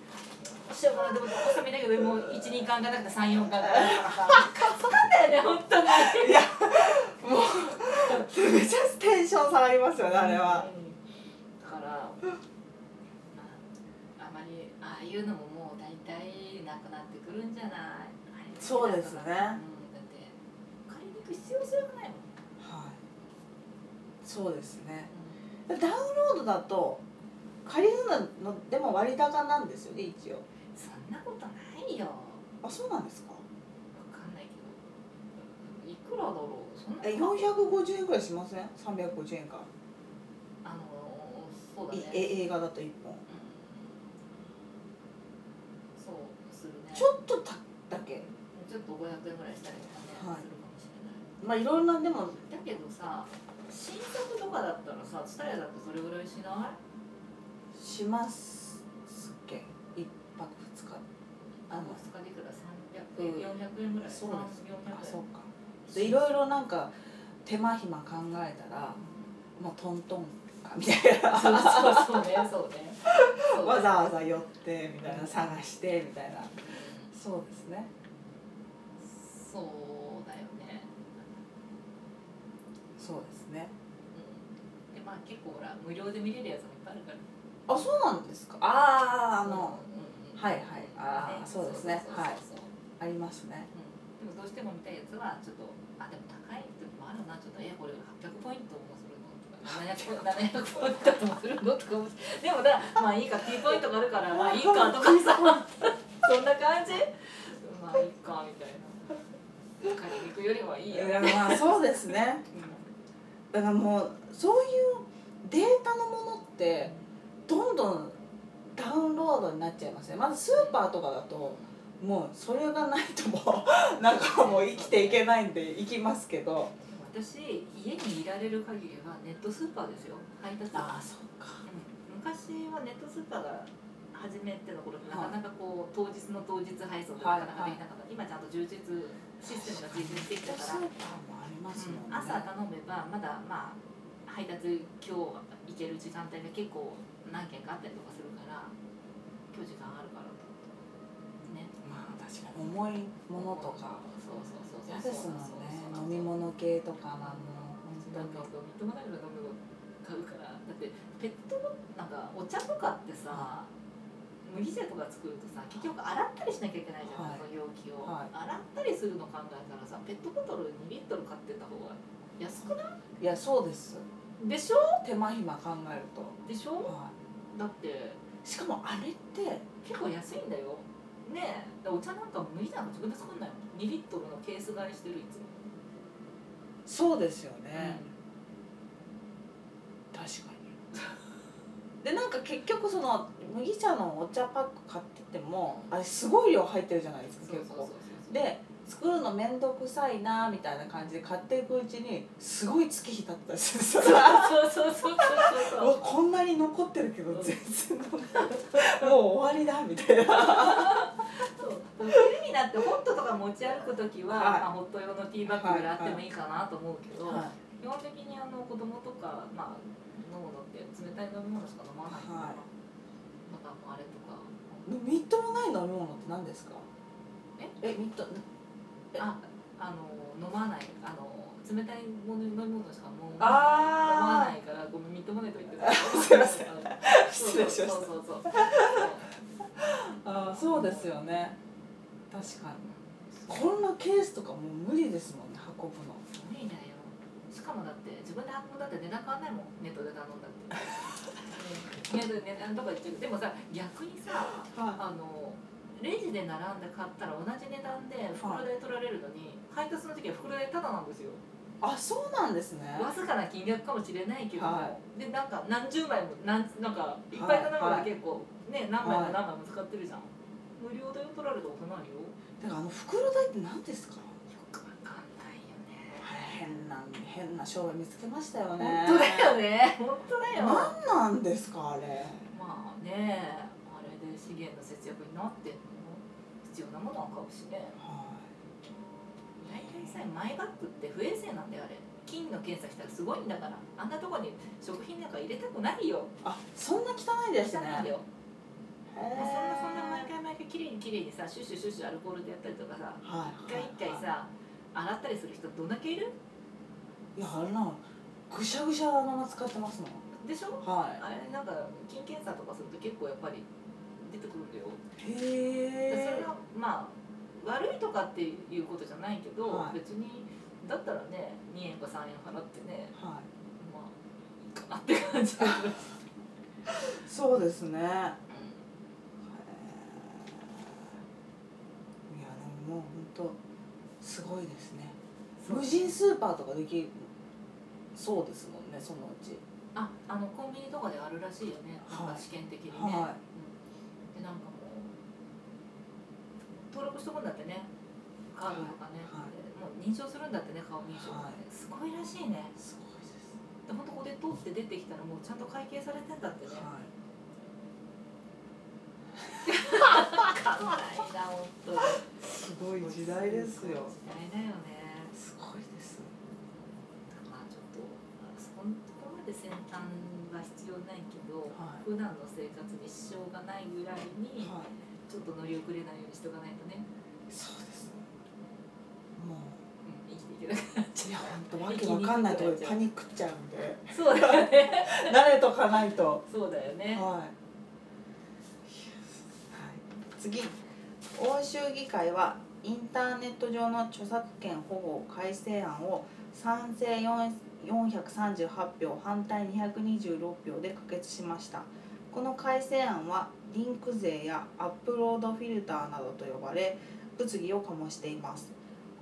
Speaker 2: どうしようもないでもどこか見ないけどもう一二巻がなくて三四巻がなくて そうだよね本当に。
Speaker 1: いやもうめちゃテンション下がりますよねあれは。
Speaker 2: うん。だから、まあ、あまりああいうのももう大体なくなってくるんじゃない。あれ
Speaker 1: そうですね
Speaker 2: うん、だって借りに行く必要性がないもん。
Speaker 1: はい。そうですね。ダウンロードだと借りるのでも割高なんですよね一応。
Speaker 2: そんなことないよ。わ
Speaker 1: あそうなんですか。
Speaker 2: かんないけど、いくらだろう。そんな
Speaker 1: え四百五十円ぐらいしません？三百五十円か。
Speaker 2: あのそうだ
Speaker 1: い
Speaker 2: ね。
Speaker 1: え映画だと一本。
Speaker 2: うんそうするね。
Speaker 1: ちょっとただけ。
Speaker 2: ちょっと五百円ぐらいしたりと
Speaker 1: は
Speaker 2: かね、
Speaker 1: い
Speaker 2: するかもしれない。
Speaker 1: まあいろんなでも
Speaker 2: だけどさ新作とかだったらさツタヤだってそれぐらいしない
Speaker 1: しますっけ。一泊二日。あ
Speaker 2: あ
Speaker 1: の
Speaker 2: の2日でいくら
Speaker 1: う
Speaker 2: 300
Speaker 1: ん
Speaker 2: 円、400円ぐらい
Speaker 1: そうです
Speaker 2: 300 400円
Speaker 1: あそうか。でいろいろなんか手間暇考えたらまあトントンかみたいな。
Speaker 2: そうそうそうねそうねそう
Speaker 1: わざわざ寄ってみたいな探してみたいなそうですね
Speaker 2: そうだよね、
Speaker 1: そうですね
Speaker 2: うん、でまあ結構ほら無料で見れるやつもいっぱいあるから
Speaker 1: あそうなんですかあああの、
Speaker 2: うんうん
Speaker 1: はいはいあーそうですね
Speaker 2: そうそうそ
Speaker 1: はいあ
Speaker 2: うそう
Speaker 1: りますね
Speaker 2: うんでもどうしても見たいやつはちょっとあでも高い時もあるなちょっとえこれ800ポイントもするのとか700 700ポイントもするのとか思ってでもだまあいいか T ポイントがあるからまあいいかとかさそんな感じまあいいかみたいな借りに行くよりはい
Speaker 1: い
Speaker 2: いよ、うん、
Speaker 1: やまあそうですねだからもうそういうデータのものってどんどんダウンロードになっちゃいますねまずスーパーとかだともうそれがないともうなんかもう生きていけないんで行きますけど
Speaker 2: 私家にいられる限りはネットスーパーですよ配達は
Speaker 1: あそうか
Speaker 2: うん昔はネットスーパーが初めての頃ってなかなかこう当日の当日配送ってなかなかできなかった、今ちゃんと充実システムが充実してき
Speaker 1: スー
Speaker 2: た
Speaker 1: パーも
Speaker 2: から、うん
Speaker 1: ありますもんね、
Speaker 2: 朝頼めばまだまあ配達今日行ける時間帯が結構何件かあったりとかするから今日時間あるからとね
Speaker 1: ま
Speaker 3: 確かに重いものとか
Speaker 2: そうそうそうそう
Speaker 3: 嫌ですもんね飲み物系とかはもう
Speaker 2: な
Speaker 3: 本
Speaker 2: んかこうみっともないから飲むの買うからだってペットボなんかお茶とかってさ麦茶とか作るとさ結局洗ったりしなきゃいけないじゃ
Speaker 3: は
Speaker 2: ん、
Speaker 3: い
Speaker 2: その容器を、
Speaker 3: はい
Speaker 2: 洗ったりするの考えたらさペットボトル2リットル買ってた方が安くない
Speaker 3: 当にいやそうです
Speaker 2: でしょ
Speaker 3: 手間暇考えると、
Speaker 2: でしょ
Speaker 3: は
Speaker 2: だって
Speaker 3: い、しかもあれって
Speaker 2: 結構安いんだよねえだからお茶なんか麦茶なんか自分で作んないもん2リットルのケース買いしてるいつも、
Speaker 3: そうですよね、確かにでなんか結局その麦茶のお茶パック買っててもあれすごい量入ってるじゃないですか
Speaker 2: そう
Speaker 3: 結構
Speaker 2: そうそうそう
Speaker 3: で作るの面倒くさいなみたいな感じで買っていくうちにすごい月日経ってたりす る
Speaker 2: そうそうそうそう
Speaker 3: う
Speaker 2: そう
Speaker 3: わこんなに残ってるけど全然飲んないもう終わりだみたいな
Speaker 2: そう冬になってホットとか持ち歩く時は、
Speaker 3: はい
Speaker 2: まあ、ホット用のティーバッグぐらいあってもいいかなと思うけど、
Speaker 3: は
Speaker 2: 基本的にあの子供とか、まあ、飲むのって冷たい飲み物しか飲まないから、
Speaker 3: はい
Speaker 2: なんかもうあれとか
Speaker 3: いみっともない飲み物って何ですか
Speaker 2: え
Speaker 3: えみっと
Speaker 2: ああの飲まないあの冷たいもの飲み物しかもう飲まな
Speaker 3: あ
Speaker 2: いからごめんみっともないと言ってた
Speaker 3: すいませんあ
Speaker 2: そう
Speaker 3: 失礼しました
Speaker 2: そうそうそう
Speaker 3: あーそうですよね確かに こんなケースとかもう無理ですもんね運ぶの
Speaker 2: 無理だよしかもだって自分で運んだって値段変わんないもんネットで頼んだってネットで値段とか言ってるでもさ逆にさ
Speaker 3: は
Speaker 2: あのレジで並んで買ったら同じ値段で袋で取られるのに、配達の時は袋でタダなんですよ
Speaker 3: あそうなんですね
Speaker 2: わずかな金額かもしれないけども、
Speaker 3: は
Speaker 2: でなんか何十枚もなんなんかいっぱい頼むか
Speaker 3: はい
Speaker 2: ら結構、ね何枚
Speaker 3: は
Speaker 2: も
Speaker 3: い
Speaker 2: 何枚も使ってるじゃん、無料で取られたことないよ
Speaker 3: だからあの袋代って何ですか
Speaker 2: よくわかんないよね
Speaker 3: あれ変な変な商売見つけましたよね
Speaker 2: 本当だよね本当だよ
Speaker 3: 何なんですかあれ
Speaker 2: まあねあれで資源の節約になってんの必要なものは買うしね
Speaker 3: は
Speaker 2: 大体さマイバッグって不衛生なんだよあれ金の検査したらすごいんだからあんなとこに食品なんか入れたくないよ
Speaker 3: いあそんな汚いですね
Speaker 2: 汚い
Speaker 3: へ
Speaker 2: よ、
Speaker 3: え
Speaker 2: まあ、そんなそんな毎回毎回きれいにきれいにさシュッシュッシュッシュアルコールでやったりとかさ
Speaker 3: はい
Speaker 2: 一回一回
Speaker 3: はい
Speaker 2: さ洗ったりする人どんだけいる
Speaker 3: いやあれなのぐしゃぐしゃのまま使ってますもん
Speaker 2: でしょ
Speaker 3: は
Speaker 2: あれなんか金検査とかすると結構やっぱり出てくるんだよ
Speaker 3: いへ
Speaker 2: でそれ
Speaker 3: え
Speaker 2: がまあ悪いとかっていうことじゃないけど、
Speaker 3: はい
Speaker 2: 別にだったらね2円か3円払ってね
Speaker 3: は
Speaker 2: まあいいかなって感じ
Speaker 3: いそうですねへえいやでももう本当すごいですね 無人スーパーとかできそうですもんねそのうち
Speaker 2: ああのコンビニとかであるらしいよねなん
Speaker 3: は
Speaker 2: か
Speaker 3: い
Speaker 2: 試験的にね、
Speaker 3: は
Speaker 2: うんでなんかもう登録しとくんだってねカードとかね、
Speaker 3: はいはい
Speaker 2: でもう認証するんだってね顔認証とかね、すごいらしいね
Speaker 3: いすごいです
Speaker 2: でほんとここで通って出てきたらもうちゃんと会計されてんだってね
Speaker 3: はい
Speaker 2: かんないな本当に
Speaker 3: すごい時代ですよ。
Speaker 2: 時代だよね
Speaker 3: すごいです。
Speaker 2: まあちょっとそこのとこまで先端は必要ないけど、
Speaker 3: はい
Speaker 2: 普段の生活に支障がないぐらいに
Speaker 3: は
Speaker 2: ちょっと乗り遅れないようにしとかないとね、
Speaker 3: い。そうです。もう
Speaker 2: うん、生きてい けなくなっち
Speaker 3: いや
Speaker 2: ゃう
Speaker 3: 本当わけわかんないところでパニックっちゃうんで、
Speaker 2: そうだよね
Speaker 3: 慣れとかないと。
Speaker 2: そうだよ
Speaker 3: はい。
Speaker 2: ね
Speaker 3: はい。
Speaker 1: 次欧州議会はインターネット上の著作権保護改正案を賛成4 438票反対226票で可決しましたこの改正案はリンク税やアップロードフィルターなどと呼ばれ物議を醸しています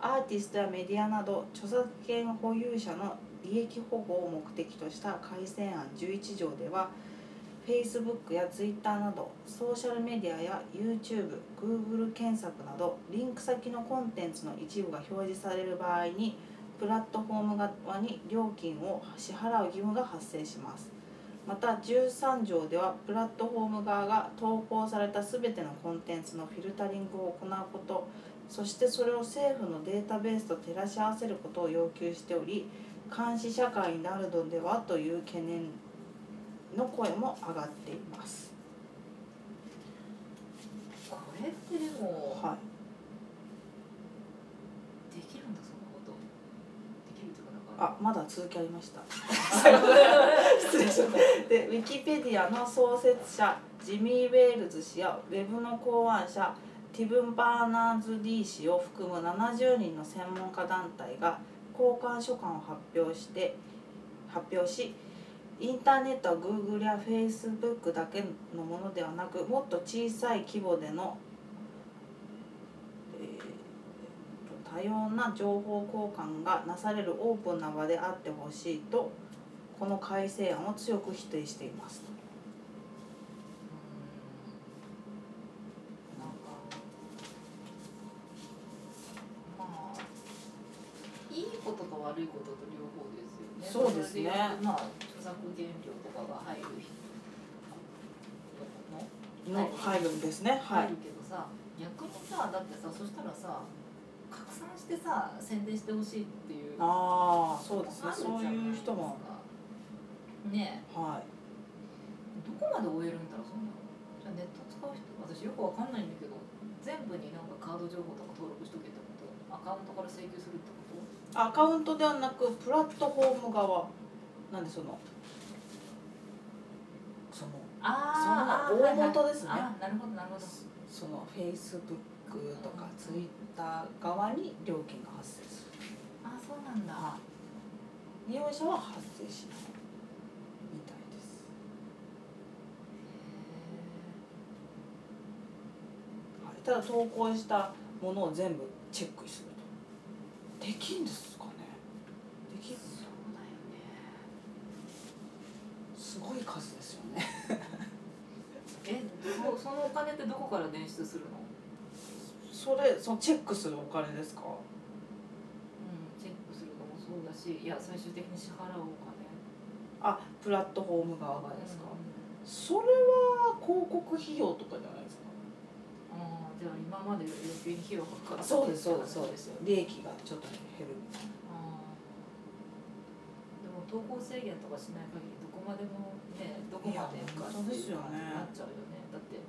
Speaker 1: アーティストやメディアなど著作権保有者の利益保護を目的とした改正案11条では Facebook や Twitter などソーシャルメディアや YouTube、Google 検索などリンク先のコンテンツの一部が表示される場合にプラットフォーム側に料金を支払う義務が発生しますまた13条ではプラットフォーム側が投稿された全てのコンテンツのフィルタリングを行うことそしてそれを政府のデータベースと照らし合わせることを要求しており監視社会になるのではという懸念の声も上がっています。
Speaker 2: これってでも
Speaker 1: はあまだ続きありました失礼しましたでウィキペディアの創設者ジミー・ウェールズ氏やウェブの考案者ティブン・バーナーズ・リー氏を含む70人の専門家団体が交換書簡を発表して発表しインターネットは Google や Facebook だけのものではなくもっと小さい規模での、えー多様な情報交換がなされるオープンな場であってほしいとこの改正案を強く否定しています。なんか
Speaker 2: まあいいことと悪いことと両方ですよね
Speaker 1: そうですね
Speaker 2: それまあ著作権料とかが入る人の
Speaker 1: の入るんですね。はい
Speaker 2: 入る。けどさ、逆にさだってさそしたらさ拡散してさ宣伝してほしいっていう
Speaker 1: ああ、そうですね
Speaker 2: あ。るじゃ
Speaker 1: そう
Speaker 2: ない
Speaker 1: いう
Speaker 2: ですか
Speaker 1: 人も。
Speaker 2: ね
Speaker 1: は
Speaker 2: えどこまで終えるんだろうそんなのじゃあネット使う人私よくわかんないんだけど全部になんかカード情報とか登録しとけってことアカウントから請求するってこと
Speaker 1: い。アカウントではなく、プラットフォーム側。なんでその。その。
Speaker 2: あ
Speaker 1: そんな大元ですね
Speaker 2: はいはいあなるほどなるほど
Speaker 1: そのフェイスブックとかツイッター側に料金が発生する
Speaker 2: あそうなんだ、
Speaker 1: は利用者は発生しないみたいですはい、ただ投稿したものを全部チェックするとできんですかねでき
Speaker 2: へえ
Speaker 1: る
Speaker 2: そうだよね
Speaker 1: すごい数ですよね
Speaker 2: えそそのお金ってどこから捻出するの、
Speaker 1: それそのチェックするお金ですか
Speaker 2: うん、チェックするのもそうだしいや最終的に支払うお金
Speaker 1: あプラットフォーム側がですか、
Speaker 2: うん
Speaker 1: それは広告費用とかじゃないですか
Speaker 2: あーじゃあ今まで余計に費用がかかった
Speaker 1: そうですそうですそうですよ利益がちょっと減る
Speaker 2: あーでも投稿制限とかしない限りどこまでもねどこまで
Speaker 1: いや
Speaker 2: か
Speaker 1: 本当ですよね
Speaker 2: なっちゃうよねだって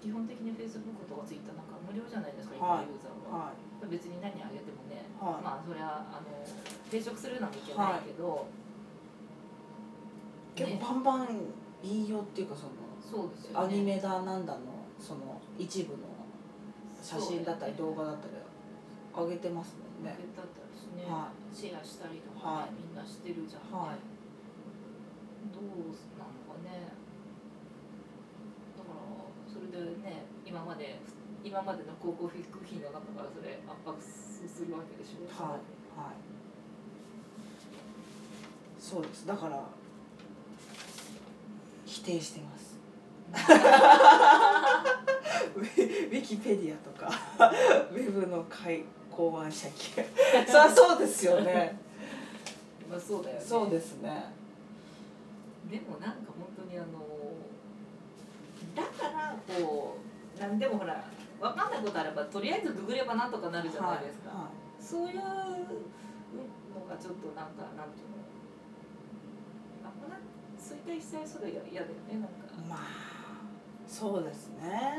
Speaker 2: 基本的に Facebook とか Twitter なんか無料じゃないですか、
Speaker 1: はい
Speaker 2: 今ユーザー
Speaker 1: は
Speaker 2: は、別に何あげても
Speaker 1: い
Speaker 2: ね
Speaker 1: はい、
Speaker 2: まあそれはあの抵触するなんていけないけど、
Speaker 1: 結
Speaker 2: ね
Speaker 1: 構バンバン引用っていうかその
Speaker 2: そうですよ
Speaker 1: ア
Speaker 2: ね
Speaker 1: ニメだなんだのその一部の写真だったり動画だったり上げてますもん
Speaker 2: だ
Speaker 1: ね
Speaker 2: った。りね、
Speaker 1: は
Speaker 2: シェアしたりとか
Speaker 1: はい
Speaker 2: ね、みんなしてるじゃんね、
Speaker 1: はい
Speaker 2: どうなのかねだからそれでね今まで今までの高校フィック費の中からそれ圧迫するわけでしょ
Speaker 1: はいはい。そうです。だから否定してます。 ウィウィキペディアとかウェブの開考案者 系。そりゃそうですよ ね。
Speaker 2: まあそうだよね
Speaker 1: そうですね。
Speaker 2: でもなんか本当にあのだからこうなんでもほらわかんないことあればとりあえずググればなんとかなるじゃないですか、
Speaker 1: はいはい
Speaker 2: そういうのがちょっとなんかなんていうのなくなっ衰退しちゃいそうで嫌だよねなんか
Speaker 1: まあそうですね
Speaker 2: わかんない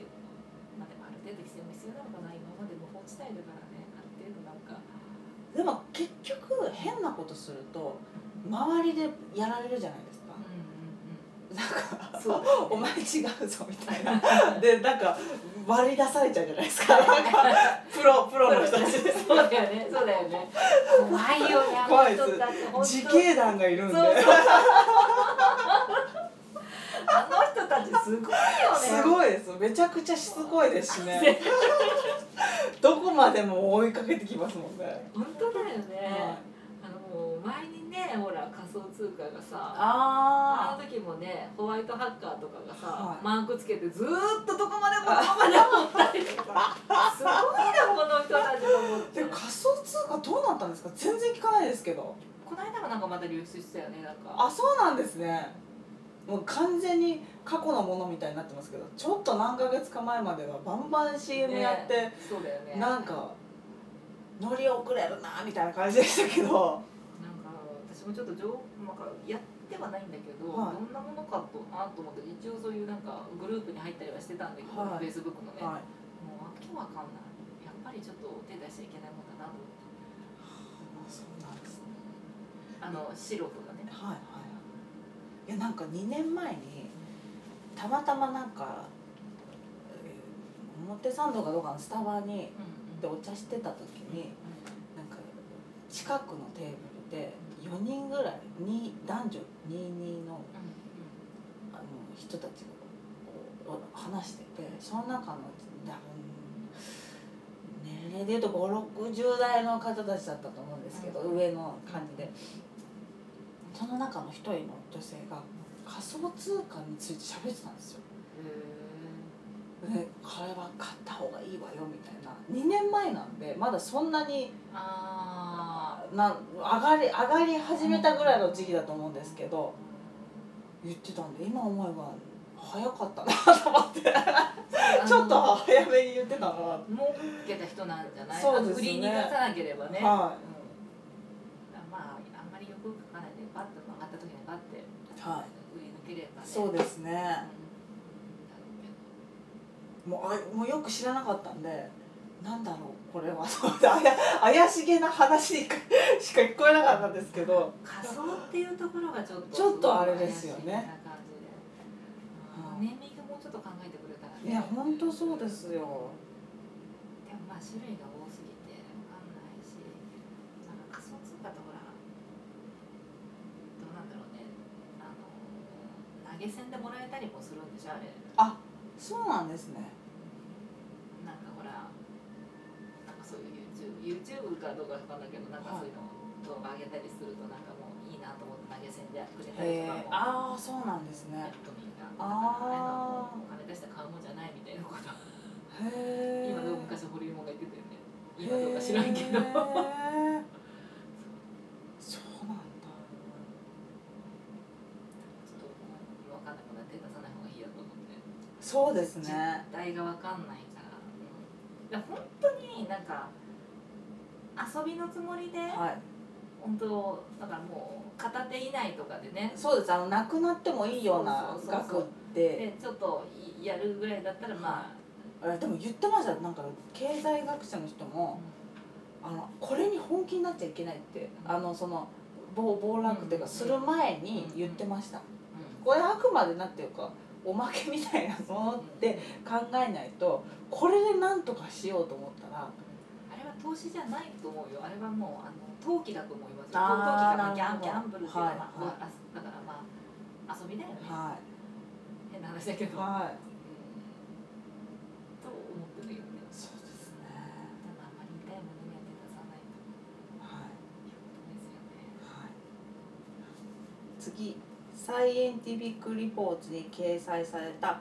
Speaker 2: けどまあでもある程度規制も必要なのかな今まで無法地帯だからねある程度なん
Speaker 1: でも
Speaker 2: か
Speaker 1: 結局変なことすると周りでやられるじゃないですか
Speaker 2: う、ん
Speaker 1: なんか
Speaker 2: そ
Speaker 1: 「
Speaker 2: う
Speaker 1: お前違うぞ」みたい なでなんか割り出されちゃうじゃないですかなんかプロプロの人たち
Speaker 2: そうだよねそうだよね怖いよねあ
Speaker 1: 怖
Speaker 2: の
Speaker 1: いです
Speaker 2: 人たち本
Speaker 1: 自
Speaker 2: 当に
Speaker 1: 警団がいるんで
Speaker 2: そうそうあの人たちすごいよね
Speaker 1: すごいですめちゃくちゃしつこいですしねどこまでも追いかけてきますもんね、
Speaker 2: 本当だよね、
Speaker 1: はい
Speaker 2: あの前にねほら仮想通貨がさあ
Speaker 1: あ
Speaker 2: の時もねホワイトハッカーとかがさ、
Speaker 1: はい
Speaker 2: マークつけてずーっとどこまでもどこまでもったりとかすごいなこの人たちと思っ
Speaker 1: で
Speaker 2: て
Speaker 1: も仮想通貨どうなったんですか全然聞かないですけど
Speaker 2: この間もなんかまた流出したよねなんか
Speaker 1: あそうなんですねもう完全に過去のものみたいになってますけどちょっと何ヶ月か前まではバンバン CM やって、
Speaker 2: そうだよね
Speaker 1: なんか乗り遅れるなみたいな感じでしたけど
Speaker 2: なんか私もちょっと情なんかやってはないんだけど、
Speaker 1: はい
Speaker 2: どんなものかとなと思って一応そういうなんかグループに入ったりはしてたんだけど、
Speaker 1: はい
Speaker 2: フェイスブックのね、
Speaker 1: は
Speaker 2: もうわけわかんないやっぱりちょっと手出しちゃいけないもんだなと思って
Speaker 1: い
Speaker 3: そうなんですね
Speaker 2: あのシロップがね
Speaker 3: はいはいいやなんか2年前にたまたまなんかえー表参道かどうかのスタバにでお茶してた時になんか近くのテーブルで4人ぐらいに男女22のあの人たちをを話しててその中の多分年齢でいうと560代の方たちだったと思うんですけど、
Speaker 2: うん
Speaker 3: 上の感じでその中の一人の女性が仮想通貨について喋ってたんですよ。でこれは買った方がいいわよみたいな2年前なんでまだそんなに
Speaker 2: あ
Speaker 3: な上がり上がり始めたぐらいの時期だと思うんですけど言ってたんで今思えば早かったなと思って
Speaker 2: あ
Speaker 3: ちょっと早めに言ってたなは
Speaker 2: 儲けた人なんじゃない
Speaker 3: そうですね
Speaker 2: 振りに出さなければね、
Speaker 3: い
Speaker 2: うん
Speaker 3: は
Speaker 2: まああんまりよく書かないでバッと曲がった時にバッて振り抜ければね
Speaker 3: いそう
Speaker 2: で
Speaker 3: ですねもうあもうよく知らなかったんでなんだろうこれは そうだあや怪しげな話にかしか聞こえなかったんですけど
Speaker 2: 仮想っていうところがちょっと
Speaker 3: ちょっとあれですよね
Speaker 2: 怪しいな感じでうんネーミングもうちょっと考えてくれたら
Speaker 3: いや本当そうですよ
Speaker 2: でもまあ種類が多すぎてわかんないしなんか仮想通貨とほらどうなんだろうねあの投げ銭でもらえたりもするんでしょあれ
Speaker 3: そうなんですね
Speaker 2: なんかほらなんかそういう YouTube, YouTube かどうかわかんないけどなんかそういうの動画上げたりするとなんかもういいなと思って投げ銭でくれたり
Speaker 3: へえ
Speaker 2: とかも。
Speaker 3: ああそうなんです
Speaker 2: ネ
Speaker 3: ね
Speaker 2: ット民がだからあ
Speaker 3: あ
Speaker 2: あいうのはもうお金出して買うもんじゃないみたいなこと
Speaker 3: へえ
Speaker 2: 今どう昔ホリエモンが言ってたよね今どうか知らんけど
Speaker 3: へーそうなんだ
Speaker 2: ちょっと分かんなくなって出さない方がいいやと思って
Speaker 3: そうです
Speaker 2: 実
Speaker 3: ね
Speaker 2: 態が分かんないから、うん、だから本当になんか遊びのつもりで、
Speaker 3: はい
Speaker 2: 本当だからもう片手以内とかでね
Speaker 3: そうですあのなくなってもいいような
Speaker 2: そうそうそうそう
Speaker 3: 額って
Speaker 2: でちょっとやるぐらいだったらま
Speaker 3: あでも言ってましたなんか経済学者の人
Speaker 2: あ、
Speaker 3: もあのこれに本気になっちゃいけないってあのその暴暴落っていうか
Speaker 2: うん
Speaker 3: する前に言ってました
Speaker 2: う
Speaker 3: これあくまでなんていうかおまけみたいなものっ
Speaker 2: ん
Speaker 3: て考えないとこれでなんとかしようと思ったら
Speaker 2: あれは投資じゃないと思うよあれはもうあの投機だと思いますよ
Speaker 3: あ
Speaker 2: 投機
Speaker 3: ー
Speaker 2: かまあギ
Speaker 3: なるほど
Speaker 2: ャンギャンブルっていうのは、ま
Speaker 3: は
Speaker 2: あ
Speaker 3: い
Speaker 2: あだからまあ遊びだよね、
Speaker 3: は
Speaker 2: 変な話だけ
Speaker 3: い
Speaker 2: ど、
Speaker 3: はい
Speaker 2: うんと思ってるよね
Speaker 3: そうですね
Speaker 2: でもあんまり痛いものには手出さないという
Speaker 3: はい
Speaker 2: ことですよね
Speaker 3: はい
Speaker 1: 次サイエンティフィック・リポーツに掲載された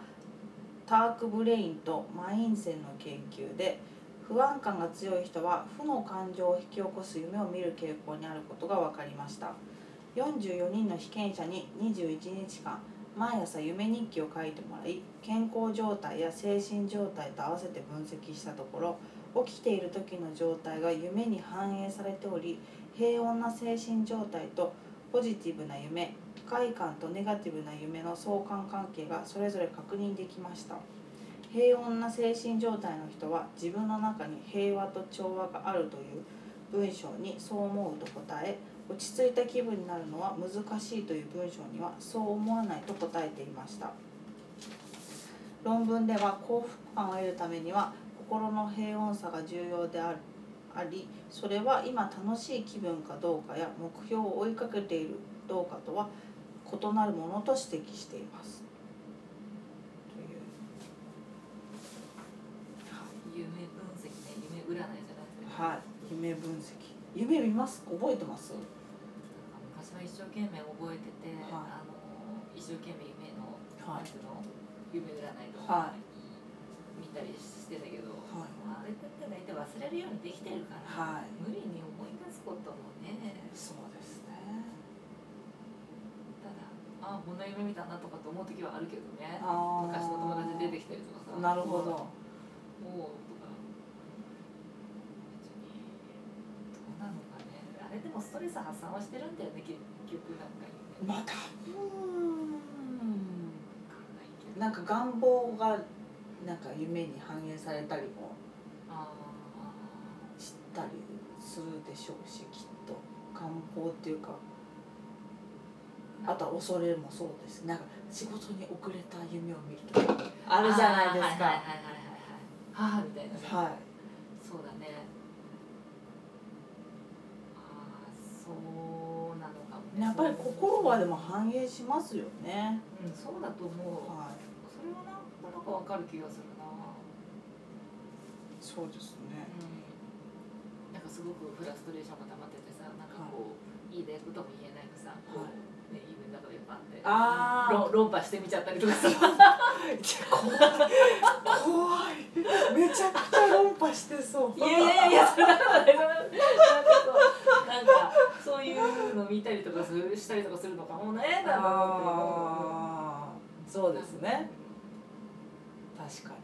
Speaker 1: タークブレインとマインセンの研究で不安感が強い人は負の感情を引き起こす夢を見る傾向にあることが分かりました44人の被験者に21日間毎朝夢日記を書いてもらい健康状態や精神状態と合わせて分析したところ起きている時の状態が夢に反映されており平穏な精神状態とポジティブな夢不快感とネガティブな夢の相関関係がそれぞれ確認できました平穏な精神状態の人は自分の中に平和と調和があるという文章にそう思うと答え落ち着いた気分になるのは難しいという文章にはそう思わないと答えていました論文では幸福感を得るためには心の平穏さが重要であるありそれは今楽しい気分かどうかや目標を追いかけているどうかとは異なるものと指摘しています。という
Speaker 2: 夢分析ね夢占いじゃないですか
Speaker 1: はい夢分析夢見ます覚えてます
Speaker 2: 昔は一生懸命覚えてて、
Speaker 3: は
Speaker 2: あの一生懸命夢の,、
Speaker 3: はい
Speaker 2: の夢占いと
Speaker 3: は
Speaker 2: か見たりしてたけど、
Speaker 3: はい
Speaker 2: まああれだって大体忘れるようにできてるから、
Speaker 3: はい
Speaker 2: 無理に思い出すこともね
Speaker 3: そうですね
Speaker 2: ただあこんな夢見たなとかと思う時はあるけどね
Speaker 3: あ
Speaker 2: 昔の友達出
Speaker 3: き
Speaker 2: てきたりとか
Speaker 3: な
Speaker 2: さ
Speaker 3: るほど
Speaker 2: もうとか別にどうなのかねあれでもストレス発散はしてるんだよね結局なんか夢
Speaker 3: まあ多分
Speaker 2: わかんないけど
Speaker 3: なんか願望がなんか夢に反映されたりも
Speaker 2: あ
Speaker 3: したりする
Speaker 1: でしょうしきっと願望っていうかあとは恐れもそうですなんか仕事に遅れた夢を見るとかあるじゃないですか
Speaker 2: はいはいはいはいはいはいはあみたいなね
Speaker 1: はい
Speaker 2: そうだねああそうなのかもね
Speaker 1: やっぱり心はでも反映しますよね
Speaker 2: うんそうだと思う
Speaker 1: はい
Speaker 2: それはなんとなくわかる気がするな
Speaker 1: そうですね
Speaker 2: うんなんかすごくフラストレーションが溜まっててさなんかこう、い、いねことも言えないのさ、こうね、夢の中でバンって
Speaker 1: あ
Speaker 2: 論論破してみちゃったりとか さ
Speaker 1: 怖い怖いめちゃくちゃ論破してそう
Speaker 2: いやいやいやそんなことないそんなことないなんかそうなんかそういうの見たりとかするしたりとかするのかもねだな
Speaker 1: あーそうです
Speaker 2: って
Speaker 1: ね確か
Speaker 2: な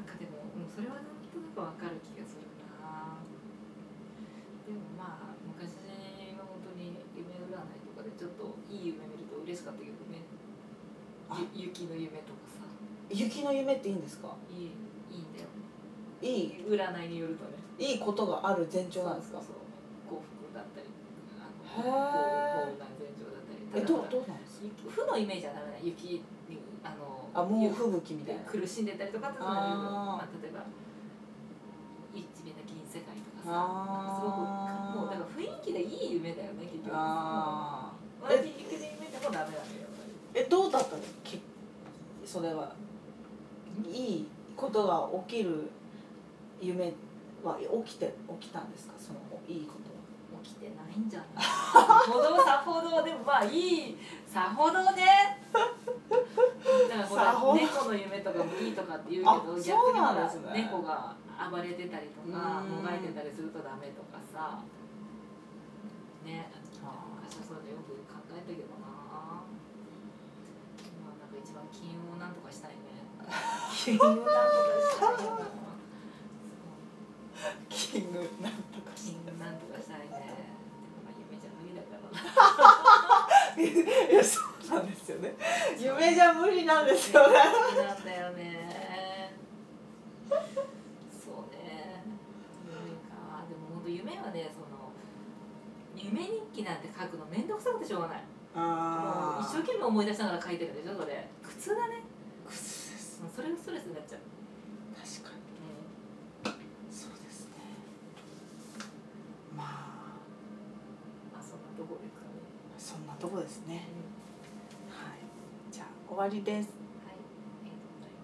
Speaker 2: んかでも、うん、それはなんとなくわかる気がするなでもまあ昔は本当に夢占いとかでちょっといい夢見ると嬉しかったけどね
Speaker 1: あ
Speaker 2: ゆ雪の夢とかさ
Speaker 1: に雪の夢っていいんですか
Speaker 2: いいいいんだよ
Speaker 1: いい
Speaker 2: 占いによるとね
Speaker 1: いいことがある前兆なんですか
Speaker 2: そうそう幸福だったりあ
Speaker 1: へ
Speaker 2: の
Speaker 1: ー
Speaker 2: 幸運な前兆だった
Speaker 1: え
Speaker 2: りただ
Speaker 1: どうどうなんですか
Speaker 2: 雪負のイメージはダメだ雪にあの
Speaker 1: あもう吹雪みたいな
Speaker 2: 苦しんでたりとかっていうのはまあ、例えば一面の銀世界とかさすごく
Speaker 1: あ
Speaker 2: もうだから雰囲気がいい夢だよね結
Speaker 1: ー
Speaker 2: 局
Speaker 1: あ
Speaker 2: 同じ雪の夢でもダメなのよやっぱり
Speaker 1: ーえどうだったのけそれはいいことが起きる夢は起きて起きたんですかそのいいことは
Speaker 2: 起きてないんじゃないさほどさほどでもまあいいさほどねだからほ
Speaker 1: さ
Speaker 2: ら
Speaker 1: ほど
Speaker 2: 猫の夢とかもいいとかって言うけど
Speaker 1: あ
Speaker 2: 逆に
Speaker 1: そう
Speaker 2: ほ
Speaker 1: なん
Speaker 2: ら
Speaker 1: ですね
Speaker 2: 猫が暴れてたりとか
Speaker 1: うん
Speaker 2: もがいてたりするとダメとかさね昔はそういうのよく考えたけどな今なんか一番金運をなんとかしたい ね金運をなんとかしたいよ
Speaker 1: キン
Speaker 2: なそう
Speaker 1: グなんとか
Speaker 2: 金運なんとかしたいねでもまあ夢じゃ無理だから
Speaker 1: い
Speaker 2: な
Speaker 1: やそうなんですよね夢じゃ無理なんです よね
Speaker 2: なんだよね。そうね。夢か、でも本当夢はね、その。夢日記なんて書くの面倒くさくてしょうがない。もう一生懸命思い出しながら書いてるでしょ、それ。苦痛だね。
Speaker 1: 苦痛です
Speaker 2: うんそれがストレスになっちゃう。
Speaker 1: 確かにそうですねまあ
Speaker 2: まあ、そんなとこですかね。
Speaker 1: そんなとこですね
Speaker 2: う
Speaker 1: はいじゃあ終わりです